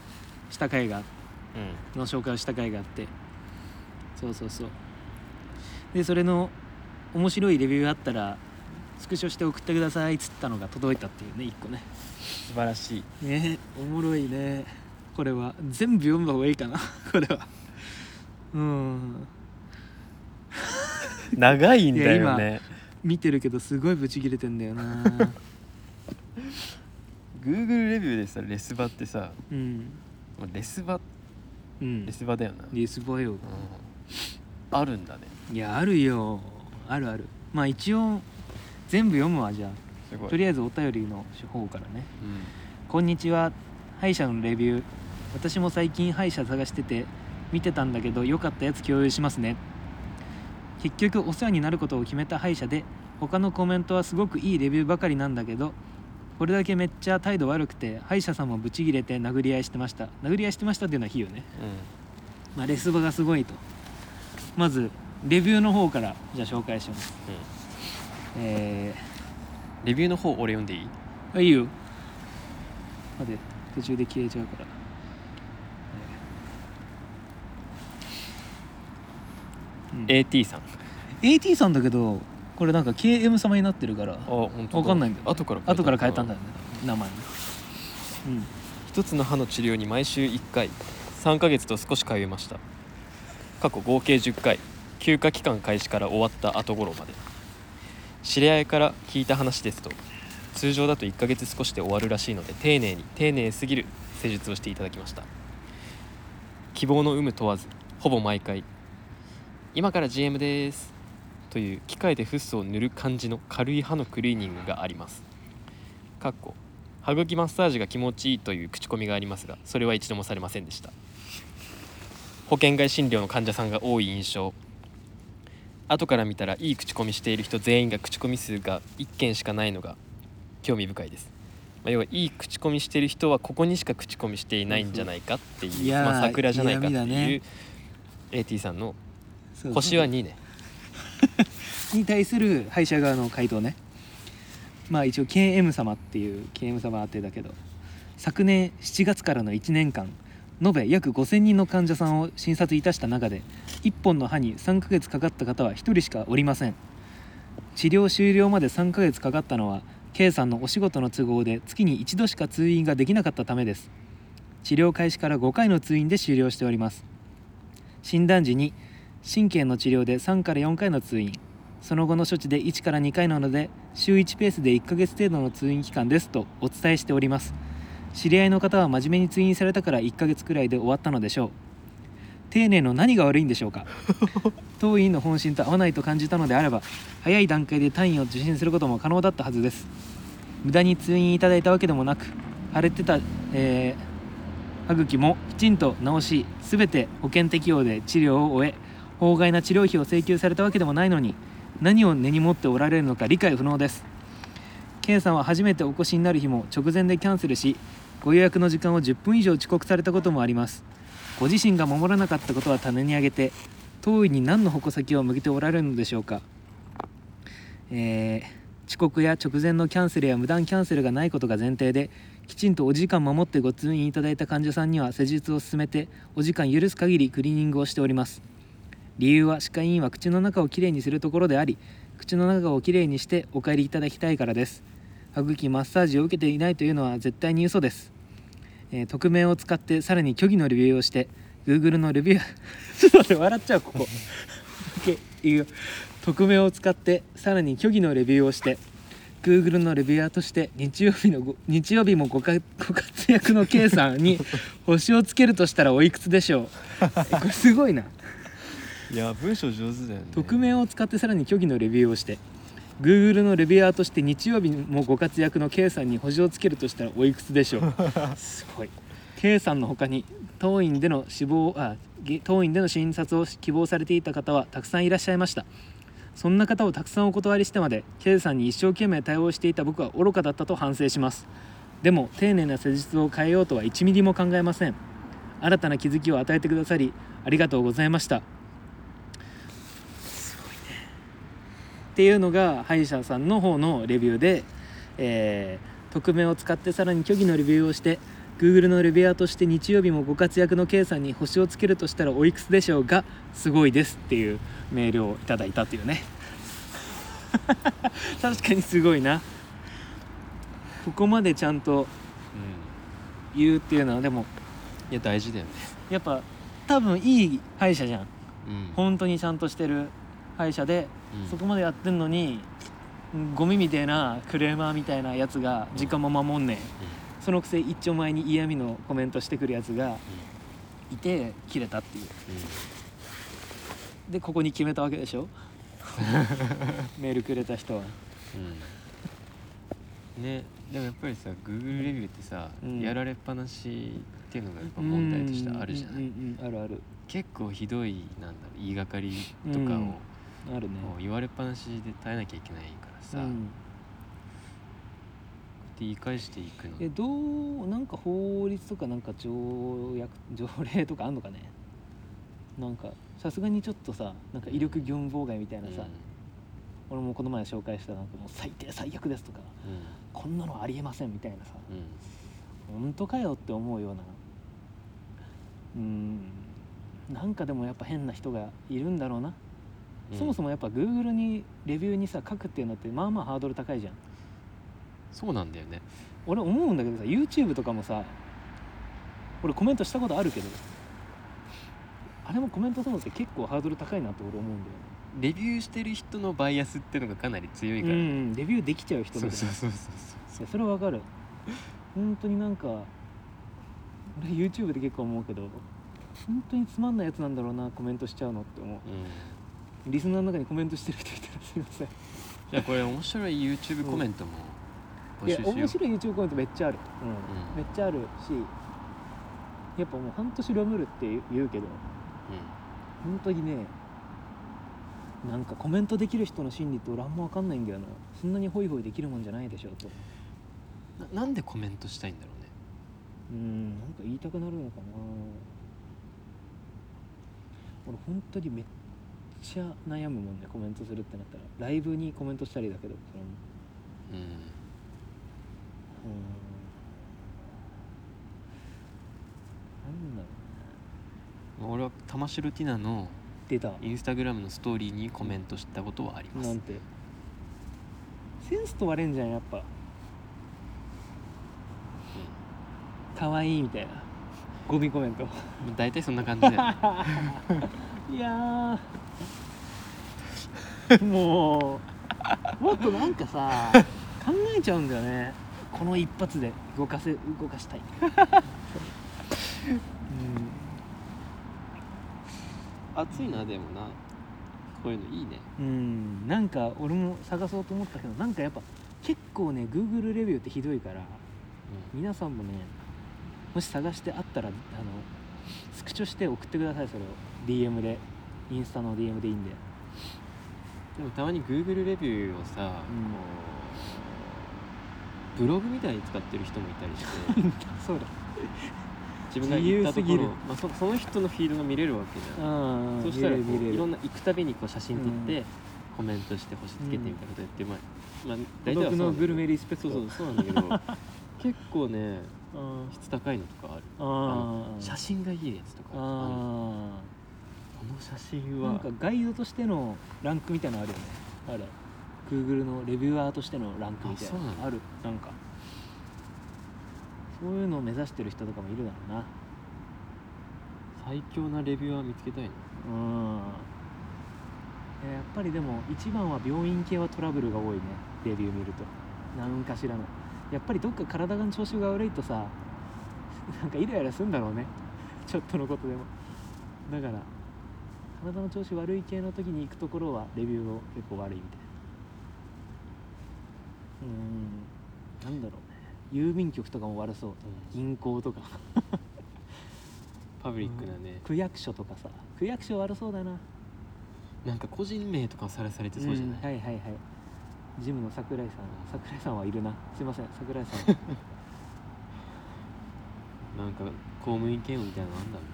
した回がの紹介をした回があってそうそうそうでそれの面白いレビューあったらスクショして送ってくださいっつったのが届いたっていうね一個ね
素晴らしい
ねおもろいねこれは全部読んだ方がいいかな [LAUGHS] これはうん
長いんだよ
い
ね
見てるけどすごいブチ切れてんだよな
Google レビューでさレスバってさ
うん
レスバ
うん
レスバだよな、うん
リスボよ
あるんだね
いやあるよあるあるまあ一応全部読むわじゃ
すご
あ
い
とりあえずお便りの方からね
うん
こんにちは歯医者のレビュー私も最近歯医者探してて見てたんだけど良かったやつ共有しますね結局お世話になることを決めた歯医者で他のコメントはすごくいいレビューばかりなんだけどこれだけめっちゃ態度悪くて歯医者さんもブチギレて殴り合いしてました殴り合いしてましたっていうのは非よね、まあ、レスバがすごいとまずレビューの方からじゃあ紹介します、え
レビューの方俺読んでいい
ーあいいよ待て途中で消えちゃうからうん
AT さんあ
AT さんだけどこれなんか KM 様になってるから
本当
わかんないんだよ
後から
後から変えたんだよね名前にうん
一つの歯の治療に毎週1回3ヶ月と少し通いました過去合計10回休暇期間開始から終わった後頃まで知り合いから聞いた話ですと通常だと1ヶ月少しで終わるらしいので丁寧に丁寧すぎる施術をしていただきました希望の有無問わずほぼ毎回「今から GM です」という機械でフッ素を塗る感じの軽い歯のクリーニングがありますかっこ歯茎マッサージが気持ちいいという口コミがありますがそれは一度もされませんでした保険外診療の患者さんが多い印象後から見たらいい口コミしている人全員が口コミ数が1件しかないのが興味深いです、まあ、要はいい口コミしている人はここにしか口コミしていないんじゃないかっていう
いやー
まあ、桜じゃないかって
嫌味だ
い
ね
う AT さんの
そう
星は2ね
に対する歯医者側の回答ねまあ一応 KM 様っていう KM 様宛てだけど昨年7月からの1年間延べ約5,000人の患者さんを診察いたした中で1本の歯に3ヶ月かかった方は1人しかおりません治療終了まで3ヶ月かかったのは K さんのお仕事の都合で月に1度しか通院ができなかったためです治療開始から5回の通院で終了しております診断時に神経の治療で3から4回の通院その後の処置で1から2回なので週1ペースで1ヶ月程度の通院期間ですとお伝えしております知り合いの方は真面目に通院されたから1ヶ月くらいで終わったのでしょう丁寧の何が悪いんでしょうか当院の本心と合わないと感じたのであれば早い段階で単位を受診することも可能だったはずです無駄に通院いただいたわけでもなく腫れてた、えー歯茎もきちんと治し全て保険適用で治療を終え法外な治療費を請求されたわけでもないのに何を根に持っておられるのか理解不能です K さんは初めてお越しになる日も直前でキャンセルしご予約の時間を10分以上遅刻されたこともありますご自身が守らなかったことは棚に上げて当院に何の矛先を向けておられるのでしょうかえー遅刻や直前のキャンセルや無断キャンセルがないことが前提できちんとお時間守ってご通院いただいた患者さんには施術を進めてお時間許す限りクリーニングをしております理由は歯科医院は口の中をきれいにするところであり口の中をきれいにしてお帰りいただきたいからです歯茎マッサージを受けていないというのは絶対に嘘です、えー匿名を使ってさらに虚偽のレビューをして Google のレビュー [LAUGHS] ちょっと待って笑っちゃうここ OK いいよ匿名を使ってさらに虚偽のレビューをして Google のレビュアーとして日曜日のご日曜日もごかご活躍の K さんに星をつけるとしたらおいくつでしょうえこれすごいない
や文章上手だよね
匿名を使ってさらに虚偽のレビューをして Google のレビュアーとして日曜日もご活躍の K さんに星をつけるとしたらおいくつでしょうすごい K さんの他に当院での死亡あげ当院での診察を希望されていた方はたくさんいらっしゃいましたそんな方をたくさんお断りしてまで K さんに一生懸命対応していた僕は愚かだったと反省しますでも丁寧な施術を変えようとは1ミリも考えません新たな気づきを与えてくださりありがとうございましたっていうのが歯医者さんの方のレビューで、えー匿名を使ってさらに虚偽のレビューをして Google のレビュアーとして日曜日もご活躍の K さんに星をつけるとしたらおいくつでしょうがすごいですっていうメールをいただいたっていうね [LAUGHS] 確かにすごいなここまでちゃんと
うん
言うっていうのはでも
いや大事だよね
やっぱ多分いい歯医者じゃん
うん
本当にちゃんとしてる歯医者で
うん
そこまでやってんのにうんゴミみたいなクレーマーみたいなやつが時間も守んねん、そのくせ一丁前に嫌味のコメントしてくるやつがいて切れたっていうでここに決めたわけでし
[LAUGHS]
ょメールくれた人は
うんねでもやっぱりさ Google レビューってさ、
うん
やられっぱなしっていうのがやっぱ問題としてあるじゃ
う
ない、
んうんうんあるある
結構ひどいなんだろう言いがかりとかを、
うん
も
あるね
う言われっぱなしで耐えなきゃいけないからさ、
う
こうや
ん
って言い返していくの
えどうなんか法律とかなんか条約 [LAUGHS] 条例とかあんのかねなんかさすがにちょっとさなんか威力業務妨害みたいなさ、俺もこの前紹介したなんかもう最低最悪ですとか
うんうん
こんなのありえませんみたいなさ
うん
本当かよって思うようなうんなんかでもやっぱ変な人がいるんだろうな、
うん
そもそもやっぱ Google にレビューにさ書くっていうのってまあまあハードル高いじゃん
そうなんだよね
俺思うんだけどさ YouTube とかもさ俺コメントしたことあるけどあれもコメントするのって結構ハードル高いなって俺思うんだよね
レビューしてる人のバイアスっていうのがかなり強いから、
うんレビューできちゃう人
そう
み
そ
た
う
い
そ
な
うそ
い
う
やそれはわかる本当になんか俺 YouTube で結構思うけど本当につまんないやつなんだろうなコメントしちゃうのって思う
うん
リスナーの中にコメントしてる人いたらすいません
じゃあこれ面白い YouTube コメントも募
い
集
や
しよう
面白い YouTube コメントめっちゃある、うん
うん
めっちゃあるしやっぱもう半年ロムるって言うけど本当にねなんかコメントできる人の心理って俺あんま分かんないんだよなそんなにホイホイできるもんじゃないでしょと
うんななんでコメントしたいんだろうね
うんなんか言いたくなるのかな俺本当にめっちゃ悩むもんねコメントするってなったらライブにコメントしたりだけどそれも
うん
うんなんだろう
俺は玉城ティナの
出た
インスタグラムのストーリーにコメントしたことはあります
なんてセンスと割れんじゃんやっぱ可愛いみたいなゴミコメント
うん大体そんな感じだよね [LAUGHS]
いや [LAUGHS] ーもうもっとなんかさ考えちゃうんだよねこの一発で動かせ動かしたい、
暑いなでもなこういうのいいね
うん、うん、なんか俺も探そうと思ったけどなんかやっぱ結構ね Google レビューってひどいから皆さんもねもし探してあったらあのスクショして送ってくださいそれを DM でインスタの DM でいいんで
でもたまに Google レビューをさ、
うん
こうブログみたいに使ってる人もいたりして
そうだ
自分が行ったと
自
こ
由すぎる
ろ、まあ、そその人のフィードが見れるわけじゃん、
うん
そうしたらこう
見れる見れ
いろ
る
んな行くたびにこう写真撮って、コメントして星つけてみたいなことやって、まあ、まあ大体はそう
僕
な
の
んだけ
グ
ど
ルメリスペク
そ
ト
うそうそうなんだ
[LAUGHS]
けど結構ね
うん
質高いのとかある
あ
写真がいいやつとかある
あ
この写真
ーな
は
んかガイドとしてのランクみたいなのあるよねあれ Google のレビュアーとしてのランクみたいな
あそうなんだ
あるなんかそういうのを目指してる人とかもいるだろうな
最強なレビュアー見つけたいな
うんえーやっぱりでも一番は病院系はトラブルが多いねレビュー見ると何かしらのやっぱりどっか体が調子が悪いとさなんかイライラするんだろうねちょっとのことでもだから体の調子悪い系の時に行くところはレビューを結構悪いみたいなうんなんだろうね郵便局とかも悪そう銀行とか
パブリックなね、
区役所とかさ区役所悪そうだな
なんか個人名とかさらされてそうじゃない、
んはいはいはいジムの桜井さん桜井さんはいるなすいません桜井
[LAUGHS]
さん
なんか公務員嫌悪みたいなのあんだろ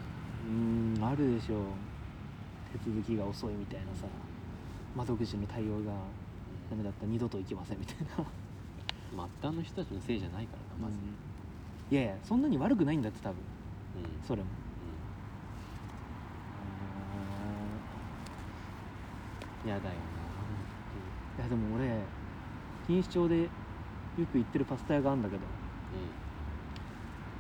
うーんあるでしょう手続きが遅いみたいなさ窓口の対応がダメだったら二度と行きませんみたいな、
うな末端の人たちのせいじゃないからなまず、
いやいやそんなに悪くないんだって多分
うん
それも
う
いやだよ
ん
いやでも俺錦糸町でよく行ってるパスタ屋があるんだけど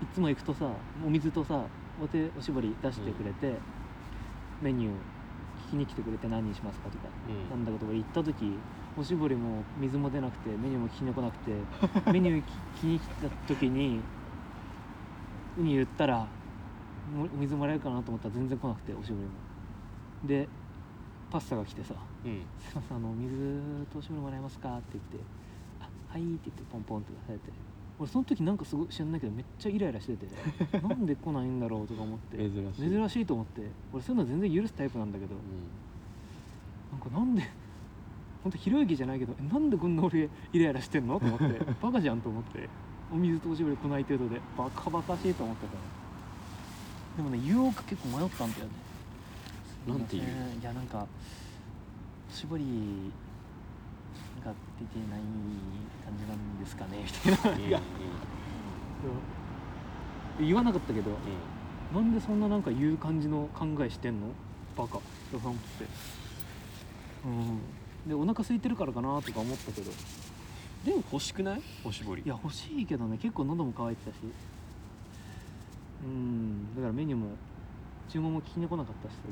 いつも行くとさお水とさお手おしぼり出してくれて、メニュー聞きに来てくれて何にしますかとか、
うん
なんだけど俺行った時おしぼりも水も出なくてメニューも聞きに来なくてメニュー聞きに来た時にに言ったらもお水もらえるかなと思ったら全然来なくておしぼりもでパスタが来てさ「
うんうん
すいませんあの水とおしぼりもらえますか?」って言って「あはい」って言ってポンポンって出されて俺その時なんかすごい知らないけどめっちゃイライラして
[LAUGHS]
てなんで来ないんだろうとか思って
珍しい
珍しいと思って俺そういうの全然許すタイプなんだけどなんかなんで本当ひろゆきじゃないけどえなんでこんな俺イライラしてんのと思って
[LAUGHS]
バカじゃんと思ってお水とおしぼり来ない程度でバカバカしいと思ってたのでもね言おうか結構迷ったんだよね
なんて言う
すいませんいやなんかおしぼりが出てない感じなんですかねみ
[LAUGHS]
たい
う
な
んうん
いや
う
言わなかったけど
んうん
なんでそんななんか言う感じの考えしてんのバカとか思ってうんでお腹空いてるからかなとか思ったけどい
でも欲しくないおしぼり
や欲しいけどね結構喉も渇いてたしうんだからメニューも注文も聞きに来なかったしさずっ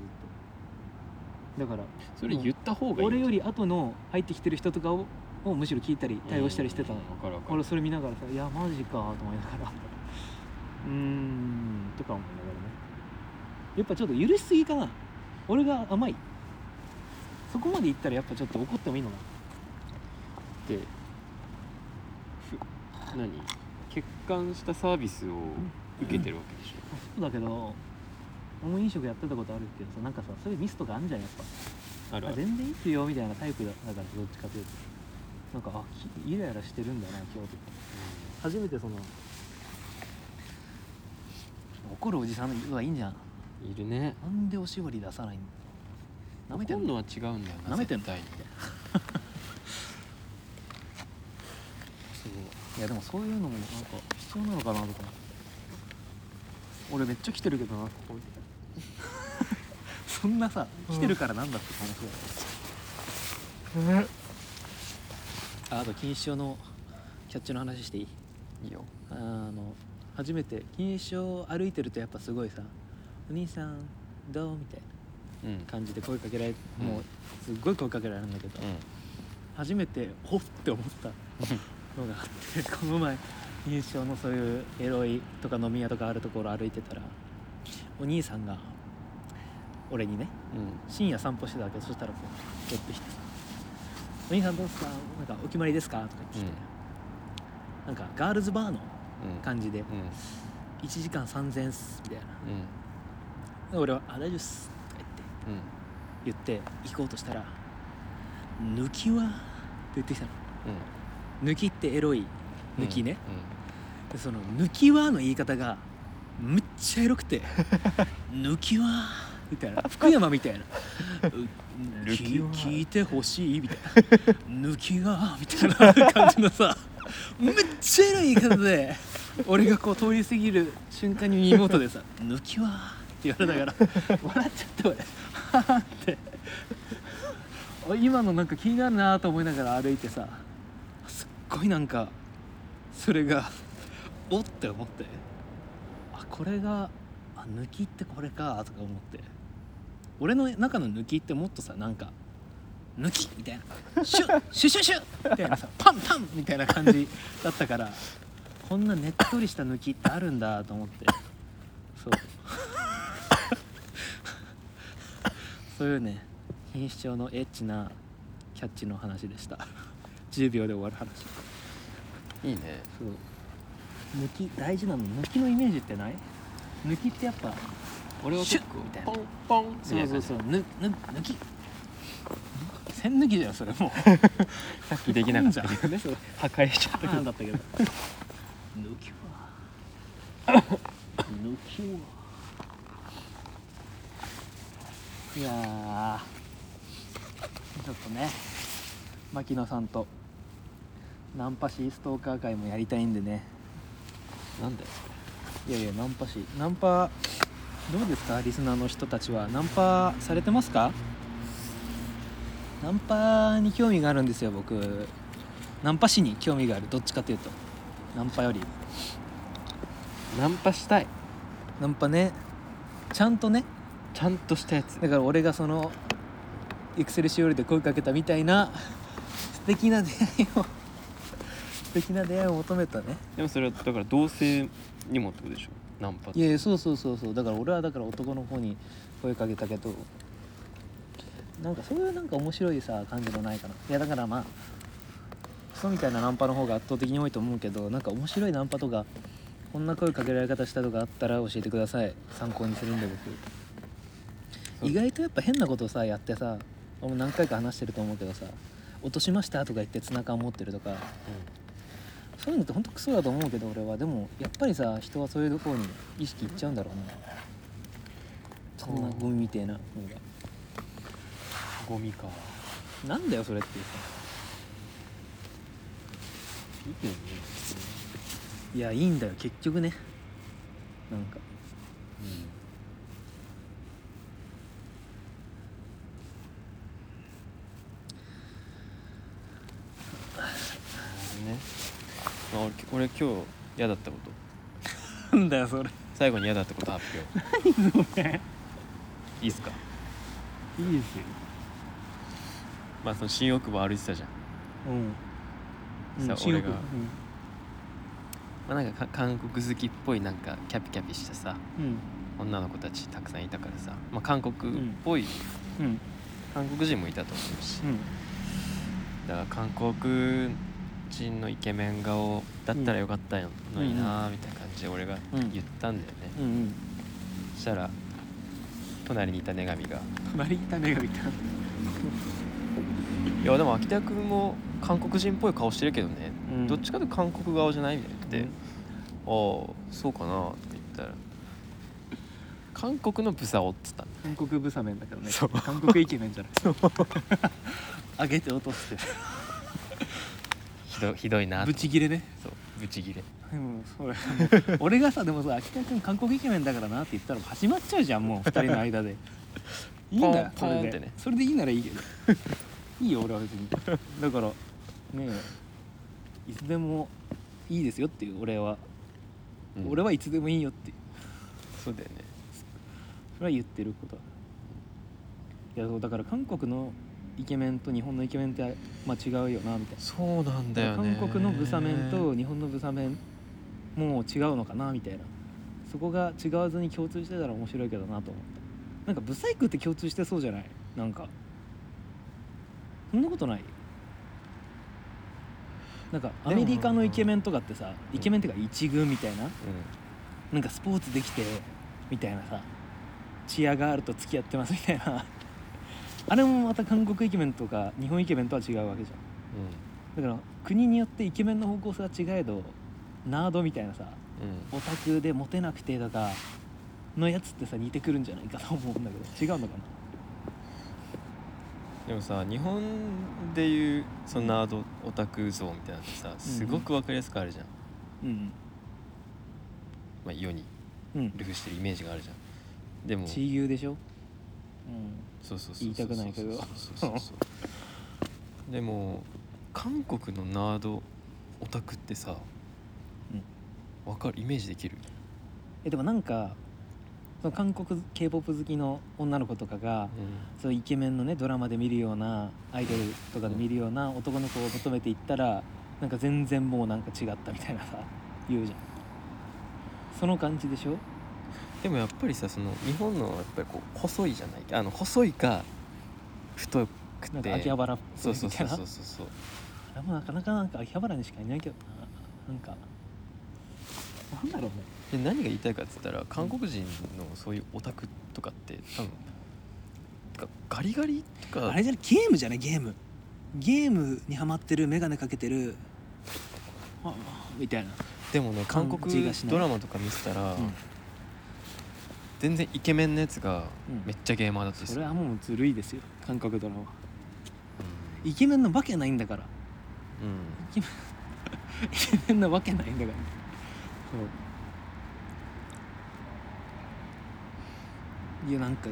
とだから
それ言った方がいい
俺より後の入ってきてる人とかををむしろ聞いたり対応したりしてたのよ
うんわかるわかる
俺それ見ながらさ「いやマジか」と思いながらうーんとか思いながらねやっぱちょっと許しすぎかな俺が甘いそこまでいったらやっぱちょっと怒ってもいいのか
ってふ何欠陥したサービスを受けてるわけでしょ
なそうだけど俺も飲食やってたことあるけどさなんかさそういうミスとかあんじゃんやっぱ
あるあ
あ
る
全然いいっすよみたいなタイプだだからどっちかというとなんかあきイライラしてるんだな今日とか初めてその怒るおじさんの言うのがいいんじゃん
いるね
なんでおしぼり出さないんなめて
今
ん
度
の
は違うんだよな
舐めてんの
絶対に
いやでもそういうのもなんか必要なのかなとか俺めっちゃ来てるけどなこ [LAUGHS] こそんなさ来てるからなんだって話だよ、ああと錦糸町のキャッチの話していい
いいよ
あーあの初めて錦糸町を歩いてるとやっぱすごいさ「お兄さんどう?」みたいな
うんうん
感じで声かけられ
うん
もうすっごい声かけられるんだけど、初めてほっって思ったのがあってこの前印象のそういうエロいとか飲み屋とかあるところ歩いてたらお兄さんが俺にね深夜散歩してたわけそしたらこう寄ってきて「お兄さんどうですかなんかお決まりですか?」とか言ってきて、なんかガールズバーの
うん
感じで
うん
1時間3000円っすみたいな
うん
で俺は「あ大丈夫っす」とか言って言って行こうとしたら「抜きは?」って言ってきたの
うん
抜きってエロい
うん
抜きね、でその「抜きは」の言い方がむっちゃエロく
[LAUGHS]
て「抜きは」みたいな福山みたい
[LAUGHS]
な「う
抜き
き
は
聞いてほしい」みたいな「抜きが」みたいな感じのさむっちゃエロい言い方で俺がこう通り過ぎる瞬間に耳元でさ「抜きは」って言われながら笑っちゃって俺ははって今のなんか気になるなと思いながら歩いてさすっごいなんかそれがおって思ってあこれがあ抜きってこれかとか思って俺の中の抜きってもっとさなんか抜きみたいなシュッシュシュシュッみたいなさパンパンみたいな感じだったからこんなねっとりした抜きってあるんだと思ってそうそういうね品種調のエッチなキャッチの話でした10秒で終わる話
うんいいね
そう抜き大事なの抜きのイメージってない抜きってやっぱ
俺は
シュ
結
ッみたい
構
な
ポンポン
そうそう
う
そうぬぬ抜き線抜きじゃんそれも
さっきできなかった
う
け
ん
どね破壊しちゃっ
う
たけ
なん
ど
だったけど抜きは抜きはいやーちょっとね牧野さんとナンパシストーカー会もやりたいんでね
なんだよ
いやいやナンパしナンパどうですかリスナーの人たちはナンパされてますかナンパに興味があるんですよ僕ナンパしに興味があるどっちかというとナンパより
ナンパしたい
ナンパねちゃんとね
ちゃんとしたやつ
だから俺がそのエクセルシオリで声かけたみたいな素敵な出会いを素敵な出会いを求めたね
でもそれはだから同性にもってことでしょナンパって
いやいやそうそうそうそうだから俺はだから男の子に声かけたけどなんかそういうなんか面白いさ感じもないかないやだからまあクソみたいなナンパの方が圧倒的に多いと思うけどなんか面白いナンパとかこんな声かけられ方したとかあったら教えてください参考にするんで
そう
僕意外とやっぱ変なことさやってさ俺も何回か話してると思うけどさ落としましたとか言ってツナ缶持ってるとかそういうのってほんとクソだと思うけど俺はでもやっぱりさ人はそういうところに意識いっちゃうんだろうなそんなゴミみてえなのが
ゴミか
なんだよそれってさ
いいけどね
いやいいんだよ結局ねなんか
別にね、まあ、俺俺今日嫌だったこと
なんだよそれ
最後に嫌だったこと発表いいっすか
いいですよ
まあその新大久保歩いてたじゃん、
うん
さ
うん新大
俺
久
が、
保
まあ、なんかか韓国好きっぽいなんかキャピキャピしてさ
うん
女の子たちたくさんいたからさ、まあ、韓国っぽい、
うんうん
韓国人もいたと思うし
うん
だから韓国人のイケメン顔だったらよかったのになーみたいな感じで俺が
うん
言ったんだよね、
うんうん
そしたら隣にいた女神が
隣にいた女神いた
「いやでも秋田君も韓国人っぽい顔してるけどね、
うん
どっちかというと韓国顔じゃない?」みたいな言って「ああそうかな」って言ったら「韓国のブサオ」っつったの
韓国ブサメンだけどね
そう
韓国イケメンじゃない [LAUGHS] 上げて落として
ひどひどいなと
ブチギレね
そうブチギレ
でもそれ俺がさでもさ秋田君韓国イケメンだからなって言ったら始まっちゃうじゃんもう2人の間でいいんだよ
[LAUGHS] ポ
そ
ン
れ
ポンって
で、
ね
それでいいならいい
[LAUGHS]
けどいいよ俺は別にだからねえいつでもいいですよっていう俺は、
うん
俺はいつでもいいよっていう
そうだよね
それは言ってることいやそうだから韓国のイケメンと日本のイケメンってあれまあ違うよなみたいな
そうなんだよね
韓国のブサメンと日本のブサメンもう違うのかなみたいなそこが違わずに共通してたら面白いけどなと思ったなんかブサイクって共通してそうじゃないなんかそんなことないなんかアメリカのイケメンとかってさイケメンっていうか一軍みたいななんかスポーツできてみたいなさチアガールと付き合ってますみたいなあれもまた韓国イケメンとか日本イケメンとは違うわけじゃんだから国によってイケメンの方向性は違えどナードみたいなさ
うんうん
オタクでモテなくてとかのやつってさ似てくるんじゃないかと思うんだけど違うのかな
でもさ日本でいうそのナードオタク像みたいなのってさすごく分かりやすくあるじゃん、
うん
まあ、世に
うん
ルフしてるイメージがあるじゃんでも
地友でしょうん
そうそうそう
言いたくないけど
そうそうそうそうでも韓国のナードオタクってさ、わかるイメージできる
えでもなんかその韓国 k p o p 好きの女の子とかがそういうイケメンのねドラマで見るようなアイドルとかで見るような男の子を求めていったらなんか全然もうなんか違ったみたいなさ言うじゃんその感じでしょ
でもやっぱりさその日本のやっぱりこう細いじゃないあの細いか太く
なん
て
か秋葉原っぽ
そ
いうみ
そう
た
そ
いうな
そうそうそう
あれもなかなかなんか秋葉原にしかいないけどななんかなんだろうね
で何が言いたいかっつったら韓国人のそういうオタクとかって多分がガリガリとか
あれじゃないゲームじゃないゲームゲームにハマってる眼鏡かけてるあみたいな
でもね韓
感じ
国
がしない
ドラマとか見てたら、
ん
全然イケメンのやつが
うん
めっちゃゲーマーだったりす
そ
る、
れはもうずるいですよ韓国ドラマは
う
イケメンなわけないんだから
ん
イケメンなわけないんだからそういやなんか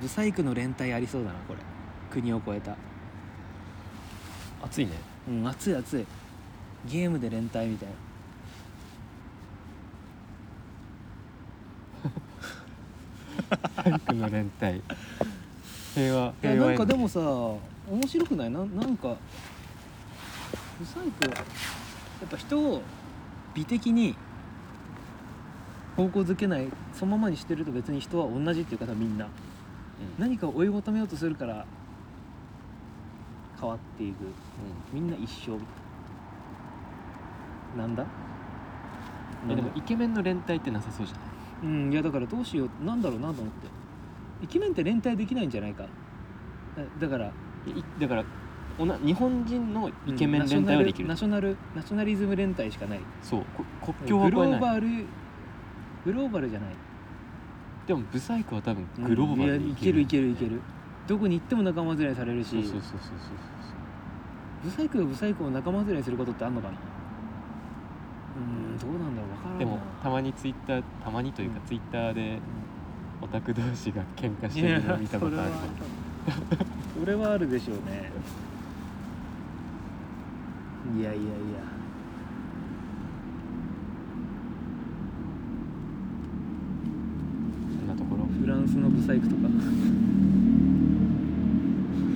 ブサイクの連帯ありそうだなこれ国を越えた
暑いね
うん熱い熱いゲームで連帯みたいな
の連帯 [LAUGHS] 平和
いや
平
な
和
ん
へ
か
の
でもさ面白くないなんなんか不細工やっぱ人を美的に方向づけないそのままにしてると別に人は同じっていう方みんな、何かを追い求めようとするから変わっていく、みんな一緒なんだ
えでも
なんだ
イケメンの連帯ってなさそうじゃない
うんいやだからどうしようなんだろうなと思ってイケメンって連帯できないんじゃないかえだから
いやいだからおな日本人のイケメン連帯はできる、
ナショナルナショナリズム連帯しかない
そうこ国境
グロ
は越え
ー
ない
バルグローバルじゃない
でもブサイクは多分グローバル
い
に
やいけるいけるいけるどこに行っても仲間連れされるし
そうそうそうそうそう
ブサイクがブサイクを仲間連れすることってあんのかなうーんどうなんだろうわから
そう
んな
でもたまにツイッターたまにというか
うん
ツイッターでオタク同士が喧嘩してるの見たことある [LAUGHS]
それはそれはあるでしょうねいやいやいや
そんなところ
フランスのブサイクとか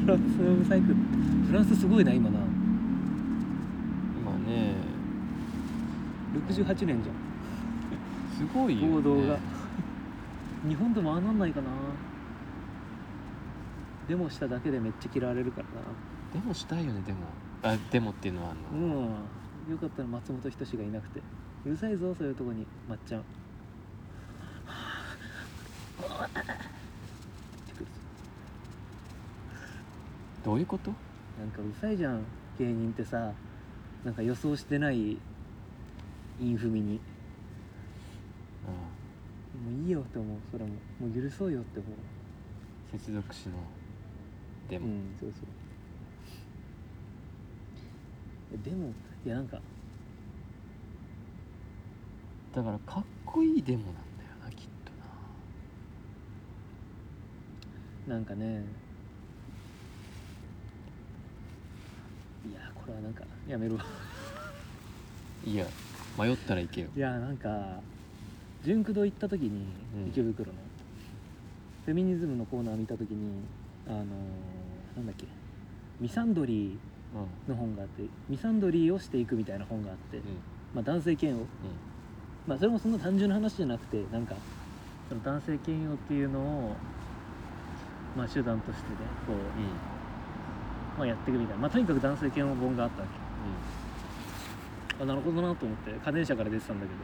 フランスのブサイクフランスすごいな今な
今ね
68年じゃ
すごい
ん
よ、
報
ね、
道が、日本でもああなんないかなデモしただけでめっちゃ嫌われるから
でもしたいよねでも
あでもっていうのはあ
なうんよかったら松本人志がいなくてうるさいぞそういうとこにまっちゃんってくるぞ
どういうこと
なんかうるさいじゃん芸人ってさなんか予想してないインフミに
あ
もういいよって思うそれももう許そうよって思う
あ接続詞ので
う
も、
んそうそうえでもいやなんか
だからかっこいいデモなんだよなきっとな
なんかねいやこれはなんかやめるわ [LAUGHS]
いや迷ったらいけよ
いやなんか純駆堂行った時に、
うん
池袋のフェミニズムのコーナー見た時にあのーなんだっけミサンドリーの本があってミサンドリーをしていくみたいな本があって、まあ、男性嫌悪、まあ、それもそんな単純な話じゃなくてなんかその男性嫌悪っていうのを、まあ、手段としてねこう、
うん
まあ、やっていくみたいな、まあ、とにかく男性嫌悪本があったわけ、あなるほどなと思って家電車から出てたんだけど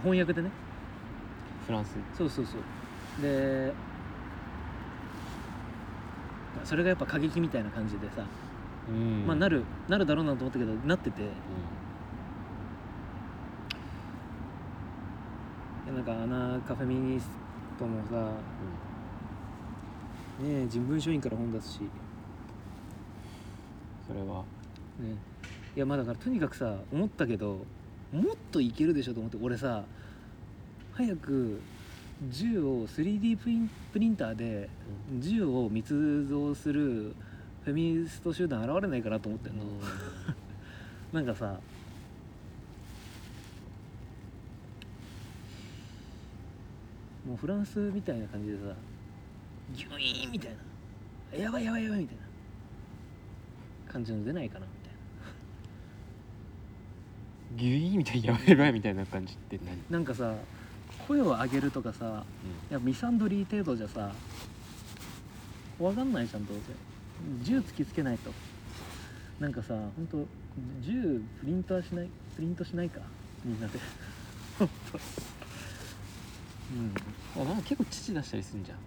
翻訳でね
フランス
そうそうそうでそれがやっぱ過激みたいな感じでさ、
うん
まあなるなるだろうなと思ったけどなっててなんかアナカフェミニストもさ、ねえ人文書院から本出すし
それは
ね、いやまあだからとにかくさ思ったけどもっといけるでしょと思って俺さ早く銃を 3D プリンプリンターで銃を密造するフェミニスト集団現れないかなと思ってんの、なんかさもうフランスみたいな感じでさギュイーンみたいなやばいやばいやばいみたいな感じの出ないかなみたいな。
ギュイーみたいなやばいやばいみたいな感じって何
なんかさ声を上げるとかさ、いやミサンドリー程度じゃさわかんないじゃんどうせ銃突きつけないとなんかさほんと銃プリントはしないプリントしないかみんなで [LAUGHS] うん
あなんか結構父出したりするんじゃん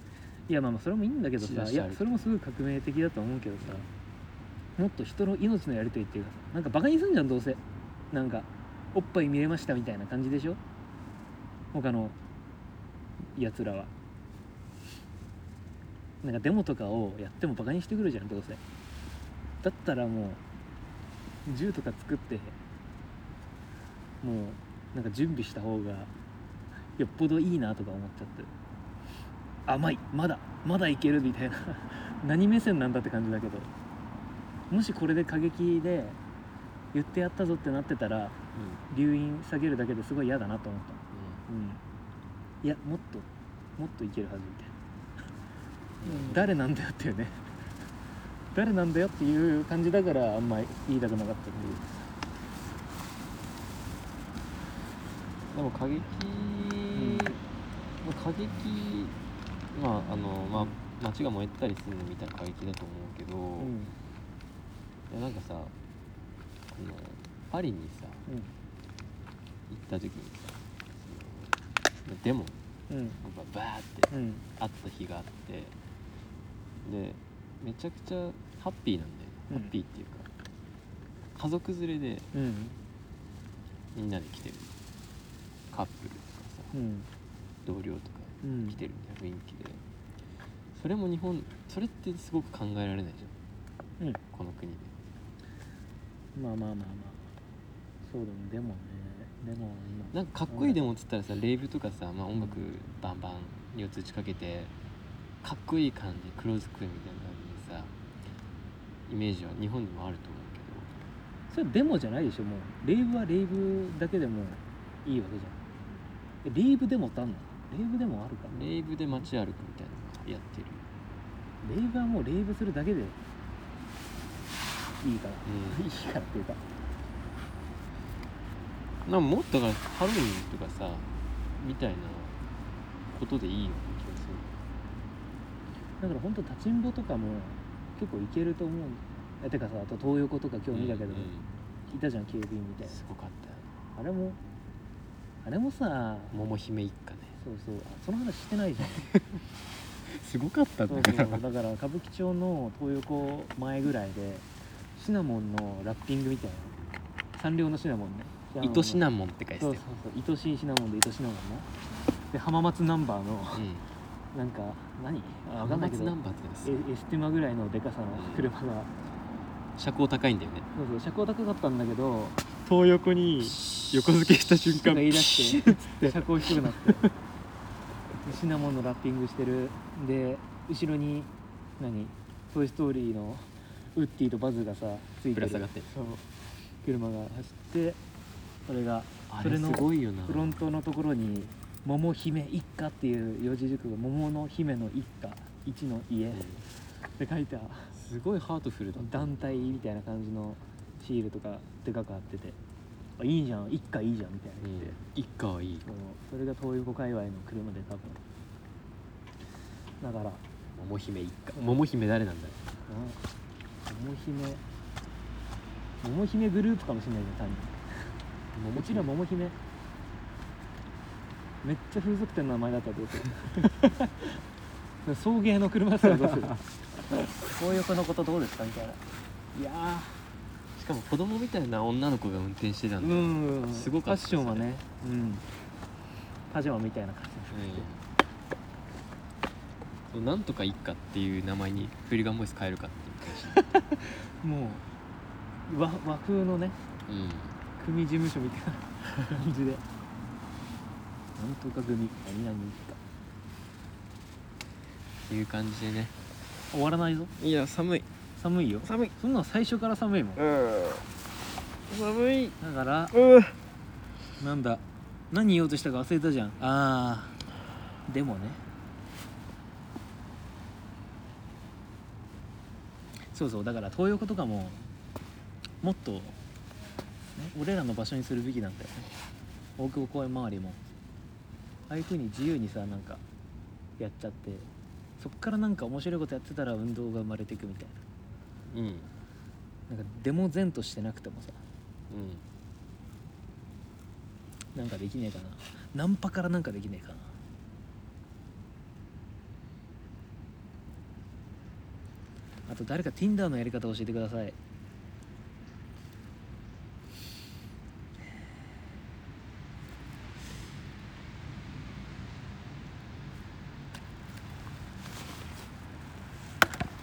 いやまあまあそれもいいんだけど
しだ
さ
し
いや
ある
それもすごい革命的だと思うけどさもっと人の命のやりとりっていうかさなんかバカにすんじゃんどうせなんかおっぱい見えましたみたいな感じでしょ他のやつらはなんかデモとかをやってもバカにしてくるじゃんどうせだったらもう銃とか作ってもうなんか準備した方がよっぽどいいなとか思っちゃって甘いまだまだいけるみたいな [LAUGHS] 何目線なんだって感じだけどもしこれで過激で言ってやったぞってなってたら、留飲下げるだけですごい嫌だなと思った、うんいやもっともっといけるはずみたいな、誰なんだよっていうね誰なんだよっていう感じだからあんまり言いたくなかったっていう
でも過激、まあ過激まああのまあ街が燃えたりするのみたいな過激だと思うけど、
うん
いやなんかさあのパリにさ、
うん
行った時にさそのデモ
うん
がバーって
うん
あった日があってでめちゃくちゃハッピーなんだよ、
うん
ハッピーっていうか家族連れで
うん
みんなで来てるカップルとかさ
うん
同僚とか
うん
来てるみたいな雰囲気でそれも日本それってすごく考えられないじゃん、
うん
この国で
まあまあまあまあそうだねでもねでも今
なんかかっこいいデモっつったらさレイブとかさ、まあ、音楽バンバンに打ちかけてかっこいい感じ黒ずくめみたいな感じでさイメージは日本でもあると思うけど
それはデモじゃないでしょもうレイブはレイブだけでもいいわけじゃんえレイブデモってあんのレイブデモあるか
レイブで街歩くみたいなのやってる
レイブはもうレイブするだけでいいから [LAUGHS]
う
いいからっていうか
んなんかもっとだからハロウィンとかさみたいなことでいいような気がす
だ
る
から本当立ちんぼとかも結構いけると思うんだよえてかさあと東横とか今日見たけど、
うん
いたじゃん警備員みたい
うん
な
すごかったよ
あれもあれもさ
桃姫一家ね
そうそうあその話してないじゃん
すごかった
そうそうだから歌舞伎町の東横前ぐらいでシナモンのラッピングみたいな三両のシナモンね
[LAUGHS] 糸シ
モン
ナモンって返して
そ
よ
うそうそう愛しいシナモンで愛しいナモンねで浜松ナンバーの
うん
なんか何あ分か
浜
んないけ
松
ど
ナンバーってのがすごい
エエスティマぐらいのでかさの車が、
車高高いんだよね
そうそう車高高かったんだけど
東横に横付けした瞬
とか
間
言い出して車高低くなってシナモンのラッピングしてるで後ろに何「トイ・ストーリー」のウッディとバズがさついて
ぶ
る
ら下がってる
そう車が走ってそれが
あ
それ
れす
の
ごいよな
フロントのところに「桃姫一家」っていう四字熟語「桃の姫の一家」一の家っ
うん
て書いた
すごいハートフルだった
団体みたいな感じのシールとかでかく貼ってて「あいいじゃん一家いいじゃん」みたいな
う
言って。
ん一家はいい
そうそれが東横界隈の車で多分だから
桃姫一家桃姫誰なんだろ
桃姫桃姫グループかもしれないね単に
う
うちら桃姫めっちゃ風俗店の名前だったらどうする送迎の車だったらどうする
強欲のことどうですかみたいない
や
しかも子供みたいな女の子が運転してた
ーうん
だよ、
んうん
すご
フ
か
ァ
った
ッションは
そ
ねうん
パジャマみたいな感じ
そうなんとか一家っていう名前にフリガンボイス変えるかっていう
もう和和風のね
話、うん、
組事務所みたいな感じでなんとか組何々
っていう感じでね
終わらないぞ
いや寒い
寒いよ
寒い
そんなの最初から寒いもん
寒い
だから
うん
なんだ何言おうとしたか忘れたじゃんあーでもねそうそうだから東横とかももっと、ね、俺らの場所にするべきなんだよね大久保公園周りもああいうふうに自由にさなんかやっちゃってそっからなんか面白いことやってたら運動が生まれていくみたい
うんうん
ななんかデモ前としてなくてもさなんかできねえかなナンパからなんかできねえかなあと誰か Tinder のやり方教えてください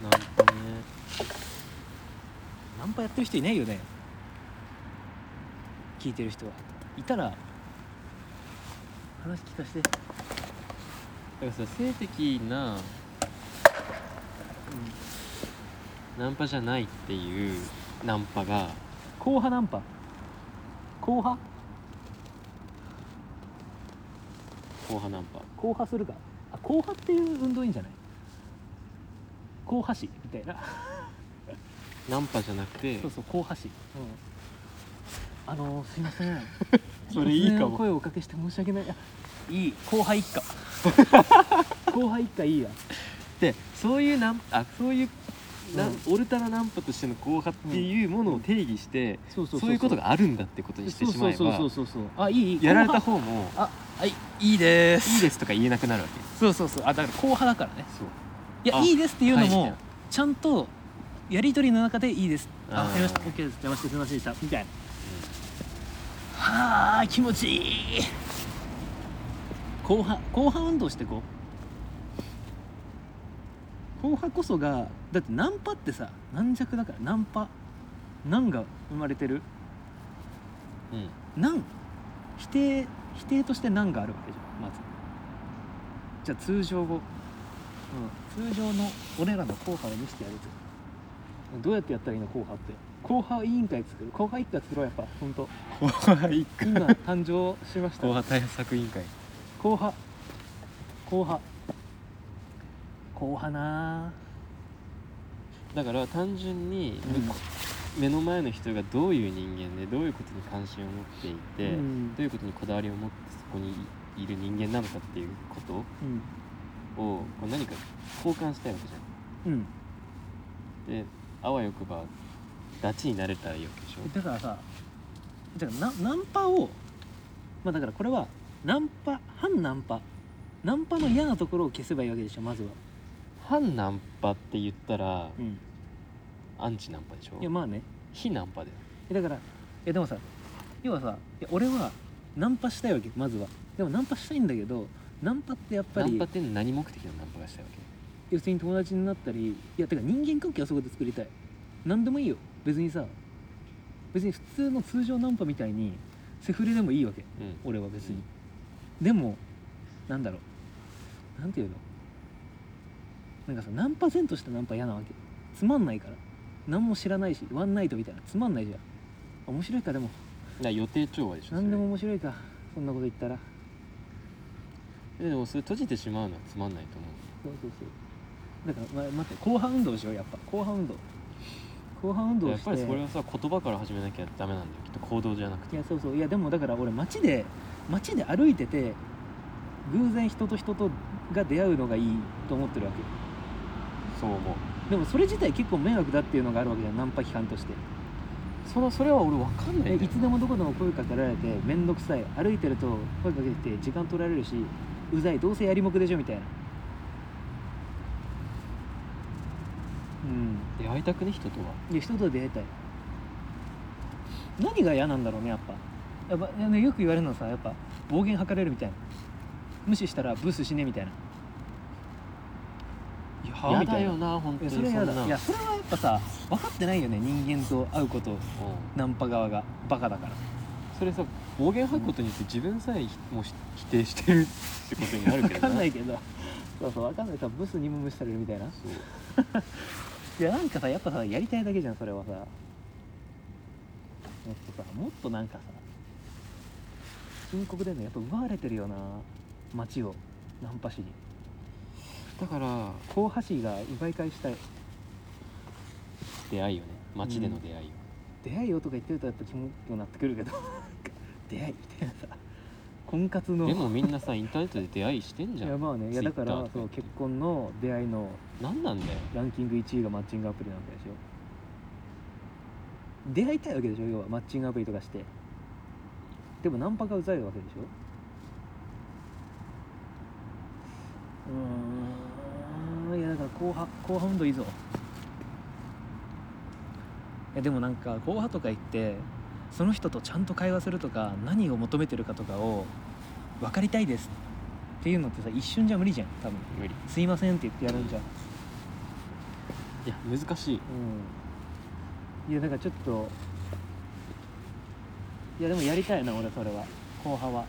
なんかね
ナンパやってる人いないよね聞いてる人はいたら話聞かせて
だからさ性的な、ナンパじゃないっていうナンパが
後派ナンパ後派
後派ナンパ
後派するかあ後派っていう運動いいんじゃない後派誌みたいな
ナンパじゃなくて
そうそう後派誌
あのすいませ
[LAUGHS]
ん
それいいか
突然
も
声をおかけして申し訳ないあ
いい後輩一家
[LAUGHS] 後輩一家いいや
でそういうナンあそういうな、オルタナナンパとしての後派っていうものを定義して、
そうそう
そういうことがあるんだってことにしてしまえば
そうそう
あいいいい
やられ
後
た
派
方も「
あ
はいいいです」いいですとか言えなくなるわけ
そうそうそうあだから後派だからね
そう
いや
あ
いいですっていうのも、
はい
ちゃんとやり取りの中でいいですあ
あー
わかりました OK です邪魔してすいませんでしたみたいな、はあ気持ちいい後半後半運動してこう後半こそがだってナンパってさ軟弱だからナンパ難が生まれてる
うん
難否定否定として難があるわけじゃんまずじゃあ通常語、うん、通常の俺らの後派を見せてやると
どうやってやったらいいの後輩って後輩委員会作る後輩一家作ろうやっぱ本当
後派一家
今誕生し
[LAUGHS]
ました
後派対策委員会
後輩後輩
後派な
だから単純に、目の前の人がどういう人間でどういうことに関心を持っていて、
うん
どういうことにこだわりを持ってそこにいる人間なのかっていうことを
うん
こう何か交換したいわけじゃん
うん
であわよくばダチになれたらいいわけでしょ
だからさだからなナンパをまあだからこれはナンパ反ナンパナンパの嫌なところを消せばいいわけでしょまずは
反ナンパって言ったら、
うん
アンチナンパでし
いや
ょ
まあね
非ナンパだよ
えだからえでもさ要はさいや俺はナンパしたいわけまずはでもナンパしたいんだけどナンパってやっぱ
ナン
り
パって何目的のナンパがしたいわけ
要するに友達になったりいやてか人間関係はそこで作りたい何でもいいよ別にさ別に普通の通常ナンパみたいにセフレでもいいわけ
うん
俺は別に、でもなんだろうなんていうのなんかさナンパ前としてナンパ嫌なわけつまんないから何も知らないしワンナイトみたいなつまんないじゃんあ面白いかでも
だから予定調和でしょ
何でも
そ
面白いかそんなこと言ったら
れでもそれ閉じてしまうのはつまんないと思う
そうそうそうだから、ま、待って後半運動しようやっぱ後半運動後半運動
やっ
して
ぱりそれはさ言葉から始めなきゃダメなんだよきっと行動じゃなくて
いやそうそういやでもだから俺街で街で歩いてて偶然人と人とが出会うのがいいと思ってるわけ
そう思う
でもそれ自体結構迷惑だっていうのがあるわけじゃんナンパ期間として
そのそれは俺分かんない
え
んだ
い
よ
つでもどこでも声かけられて面倒くさい歩いてると声かけて時間取られるしうざいどうせやりもくでしょみたいなうん
出会いたくね人とは
で人と出会いたい何が嫌なんだろうねやっぱやっぱあのよく言われるのはさやっぱ暴言吐かれるみたいな無視したらブス死ねみたいない
や
はみたいな
だよな本当
いや
に
それは嫌
ん
だ
ない
やそれはやっぱさ分かってないよね人間と会うこと
うん
ナンパ側がバカだから
それさ暴言吐くことによって自分さえひもうひ否定してるってことになるけ
分
ど
かんないいけどそうそう分かんないさブスにも無視されるみたいな
そう
いやなんかさやっぱさやりたいだけじゃんそれはさもっとさもっとなんかさ深刻だよねやっぱ奪われてるよな街をナンパ師に
だから
後覇師が奪い返したい
出会いよね街での出会いよ、
出会いよとか言ってるとやっぱキモくなってくるけど [LAUGHS] なんか出会いみたいなさ婚活の
でもみんなさインターネットで出会いしてん
い
じゃ
や
ん
まあねいやだか
Twitter
ら
と
そう
言って
結婚の出会いの
何なんだよ
ランキング1位がマッチングアプリなわけでしょ出会いたいわけでしょ要はマッチングアプリとかしてでもナンパがうざいわけでしょうーんいやだから後半後半運動いいぞ
いやでもなんか後派とか言ってその人とちゃんと会話するとか何を求めてるかとかを分かりたいですっていうのってさ一瞬じゃ無理じゃん多分
無理
すいませんって言ってやるんじゃん
いや難しい
うんいやだからちょっといやでもやりたいな俺それは後半は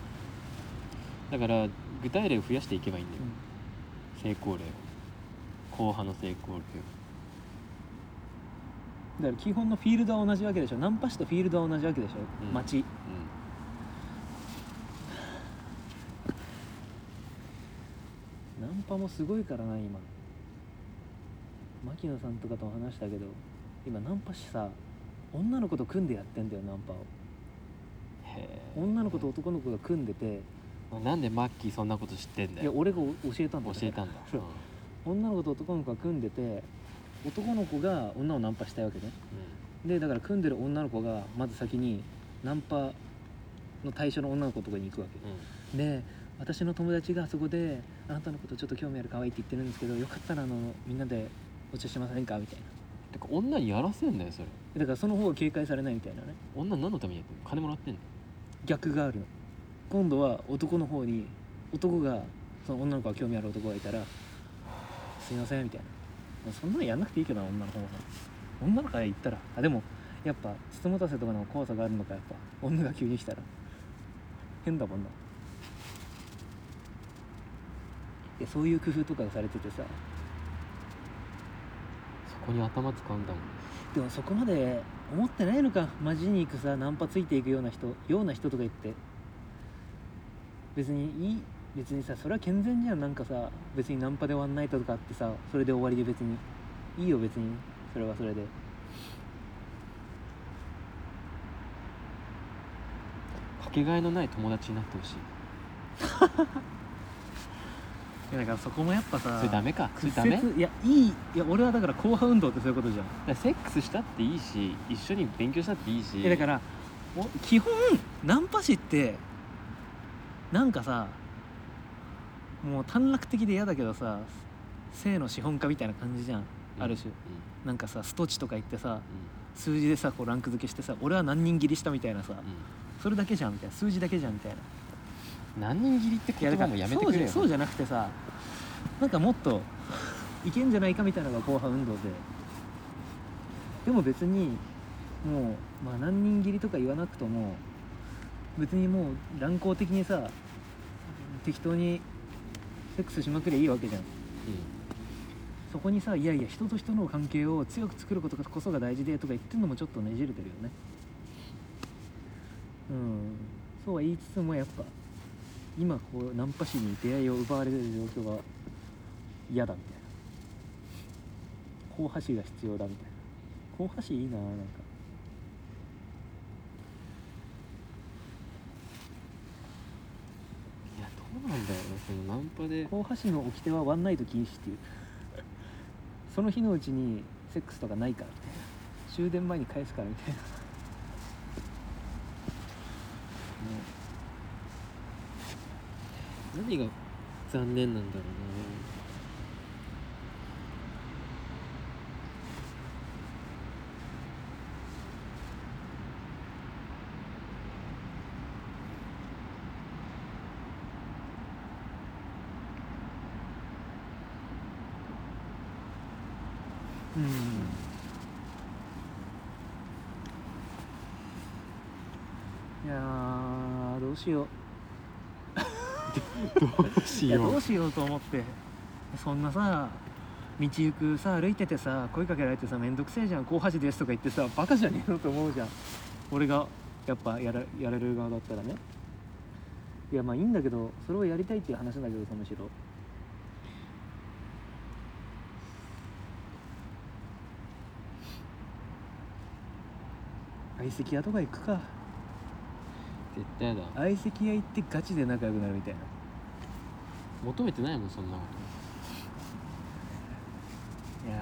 だから具体例を増やしていけばいいんだよ、
うん
成功例を後派の成功例を
だから基本のフィールドは同じわけでしょナンパ師とフィールドは同じわけでしょ、
うん
街ナンパもすごいからな今牧野さんとかとも話したけど今ナンパ師さ女の子と組んでやってんだよナンパを
うんへえ
女の子と男の子が組んでて
なんでマッキーそんなこと知ってんだ
いや
よ
俺が教えたんだ
教
よ
えたんだ
そう女の子と男の子が組んでて男の子が女をナンパしたいわけねでだから組んでる女の子がまず先にナンパの対象の女の子とかに行くわけ
うんうん
で私の友達がそこで「あなたのことちょっと興味ある可愛いって言ってるんですけどよかったらあのみんなでお茶しませんか?」みたいな
てか女にやらせんだよそれ
だからその方が警戒されないみたいなね
女何のためにやってんの金もらってんの
逆があるの今度は男の方に男がその女の子が興味ある男がいたら「すいません」みたいなもうそんなのやんなくていいけどな女の方は女の子が言ったらあでもやっぱ筒持たせとかの怖さがあるのかやっぱ女が急に来たら変だもんないやそういう工夫とかがされててさ
そこに頭使うんだもん
でもそこまで思ってないのかマジに行くさナンパついていくような人ような人とか言って別にいい別にさそれは健全じゃんなんかさ別にナンパで終わんないとかあってさそれで終わりで別にいいよ別にそれはそれで
かけがえのない友達になってほしい
いやだからそこもやっぱさ
それダメかそれダメだか
屈折いやいいいや俺はだから後派運動ってそういうことじゃん
らセックスしたっていいし一緒に勉強したっていいし
いやだからお基本ナンパ師ってなんかさもう短絡的で嫌だけどさ性の資本家みたいな感じじゃん
うん
ある種、
うん
なんかさストチとか言ってさ
う
数字でさこうランク付けしてさ俺は何人切りしたみたいなさ
んうん
それだけじゃんみたいな数字だけじゃんみたいな
何人切りって
いやだ
言
か
葉
ら
もやめてくれよ
そうじゃそうじゃなくてさなんかもっと
いけんじゃないかみたいなのが後半運動ででも別にもう、まあ、何人切りとか言わなくとも別にもう乱行的にさ適当にセックスしまくりゃいいわけじゃんそこにさいやいや人と人の関係を強く作ることこそが大事でとか言ってんのもちょっとねじれてるよねうんそうは言いつつもやっぱ今こうナンパ師に出会いを奪われてる状況は嫌だみたいな後派師が必要だみたいな後派師いいななんか
いやどうなんだよねそのナンパで
後派師の掟はワンナイト禁止っていうその日のうちにセックスとかないからみたいな終電前に返すからみたいな
何が残念なんだろ
いやーどうしよう
うなし
いや
[LAUGHS]
どうしようと思ってそんなさ道行くさ歩いててさ声かけられてさ面倒くせえじゃん後端ですとか言ってさバカじゃねえのと思うじゃん俺がやっぱやらやれる側だったらねいやまあいいんだけどそれをやりたいっていう話なんだけどさむしろ相席屋とか行くか
絶対だ
相席屋行ってガチで仲良くなるみたいな
求めてないもんそんなこと
いや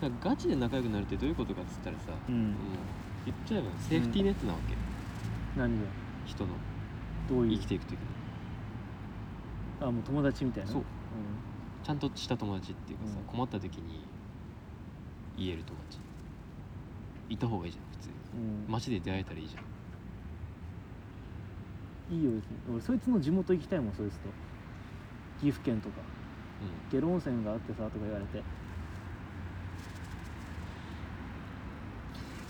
だからガチで仲良くなるってどういうことかっつったらさ、
ーう
もうん言っちゃえばセーフティーネットなわけ、
何が
人の
どういう
生きていく時の
あもう友達みたいな
そうちゃんとした友達っていうかさ、
うん
困った時に言える友達いた方がいいじゃん普通に
うん、
街で出会えたらいいじゃん
いいよ別に俺そいつの地元行きたいもんそいつと岐阜県とか
う
下呂温泉があってさとか言われて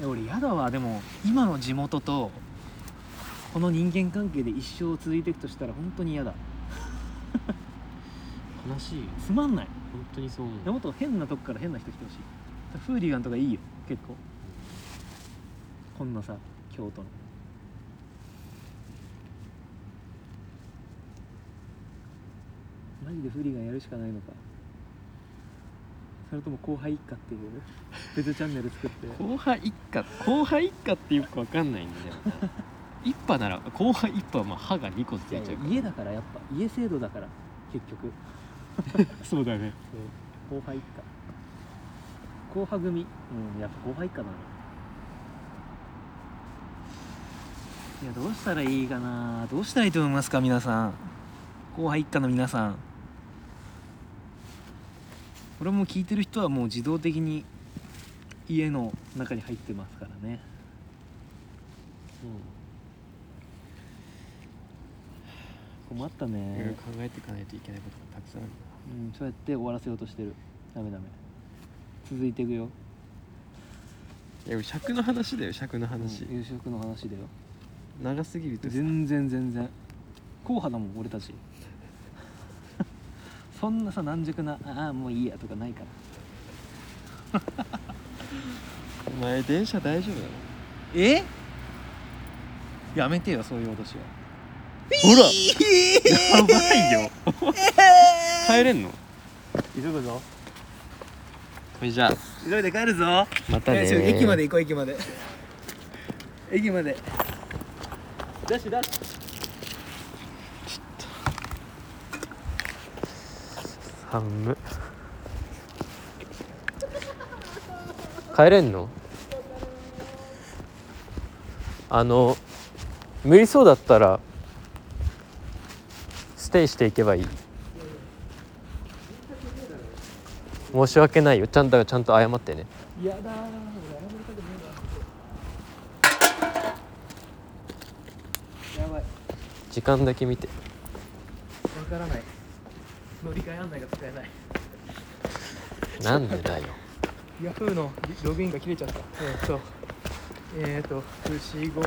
え俺嫌だわでも今の地元とこの人間関係で一生続いていくとしたら本当に嫌だ
ん悲しいよ
つまんない
本当にそう思う
もっと変なとこから変な人来てほしいフーリーガンとかいいよ結構こんなさ京都のマジでフーリーガンやるしかないのかそれとも後輩一家っていう別チャンネル作って
後輩一家後輩一家ってよくわかんないんだよな [LAUGHS] 一派なら後輩一派はまあ歯が2個つ
い
い
や
ちゃうから
家だからやっぱ家制度だから結局
そうだね
後輩一家後輩組うんやっぱ後輩一家だないやどうしたらいいかなどうしたらいいと思いますか皆さん後輩一家の皆さんこれも聞いてる人はもう自動的に家の中に入ってますからね困った
いろいろ
ね
考えていかないといけないことがたくさんあるな
うん、そうやって終わらせようとしてるダメダメ続いていくよ
いや尺の話だよ尺の話、
夕食の話だよ
長すぎると
全然全然硬派だもん俺たち [LAUGHS] そんなさ軟弱な「ああもういいや」とかないから
お前電車大丈夫だろ
えやめてよそういう脅しは
ほらやばいよ帰れんの
急ぐぞ
それじゃあ
急いで帰るぞ
またねー
駅まで行こう駅まで駅までダッシュダッシュ
寒帰れんのあの無理そうだったらステイしていけばいい申し訳ないよちゃんとちゃんと謝ってね
やだー俺謝りたくねえなやばい
時間だけ見て
わからない乗り換え案内が使えない
なんでだよ
ヤフーのログインが切れちゃった。えーっ、と、えーっ、と、牛込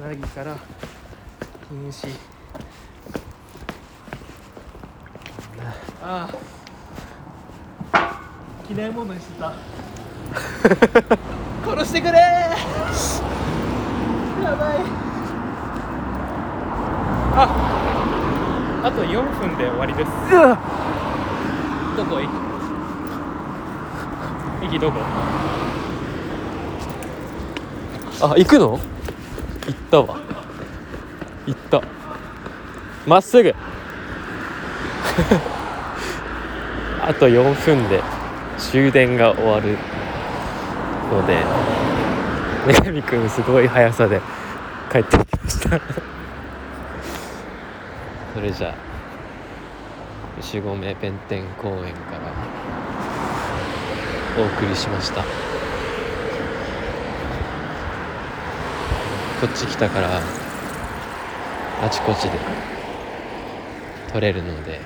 柳から禁止。ああ。機内モードにしてた。 [LAUGHS] 殺してくれー。やばい。
あと4分で終わりですどこ駅駅どこ
あ行くの行ったわ行ったまっすぐ [LAUGHS] あと4分で終電が終わるので女神くんすごい速さで帰ってきました [LAUGHS] それじゃあ牛込弁天公園からお送りしましたこっち来たからあちこちで取れるので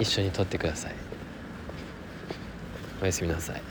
一緒に取ってくださいおやすみなさい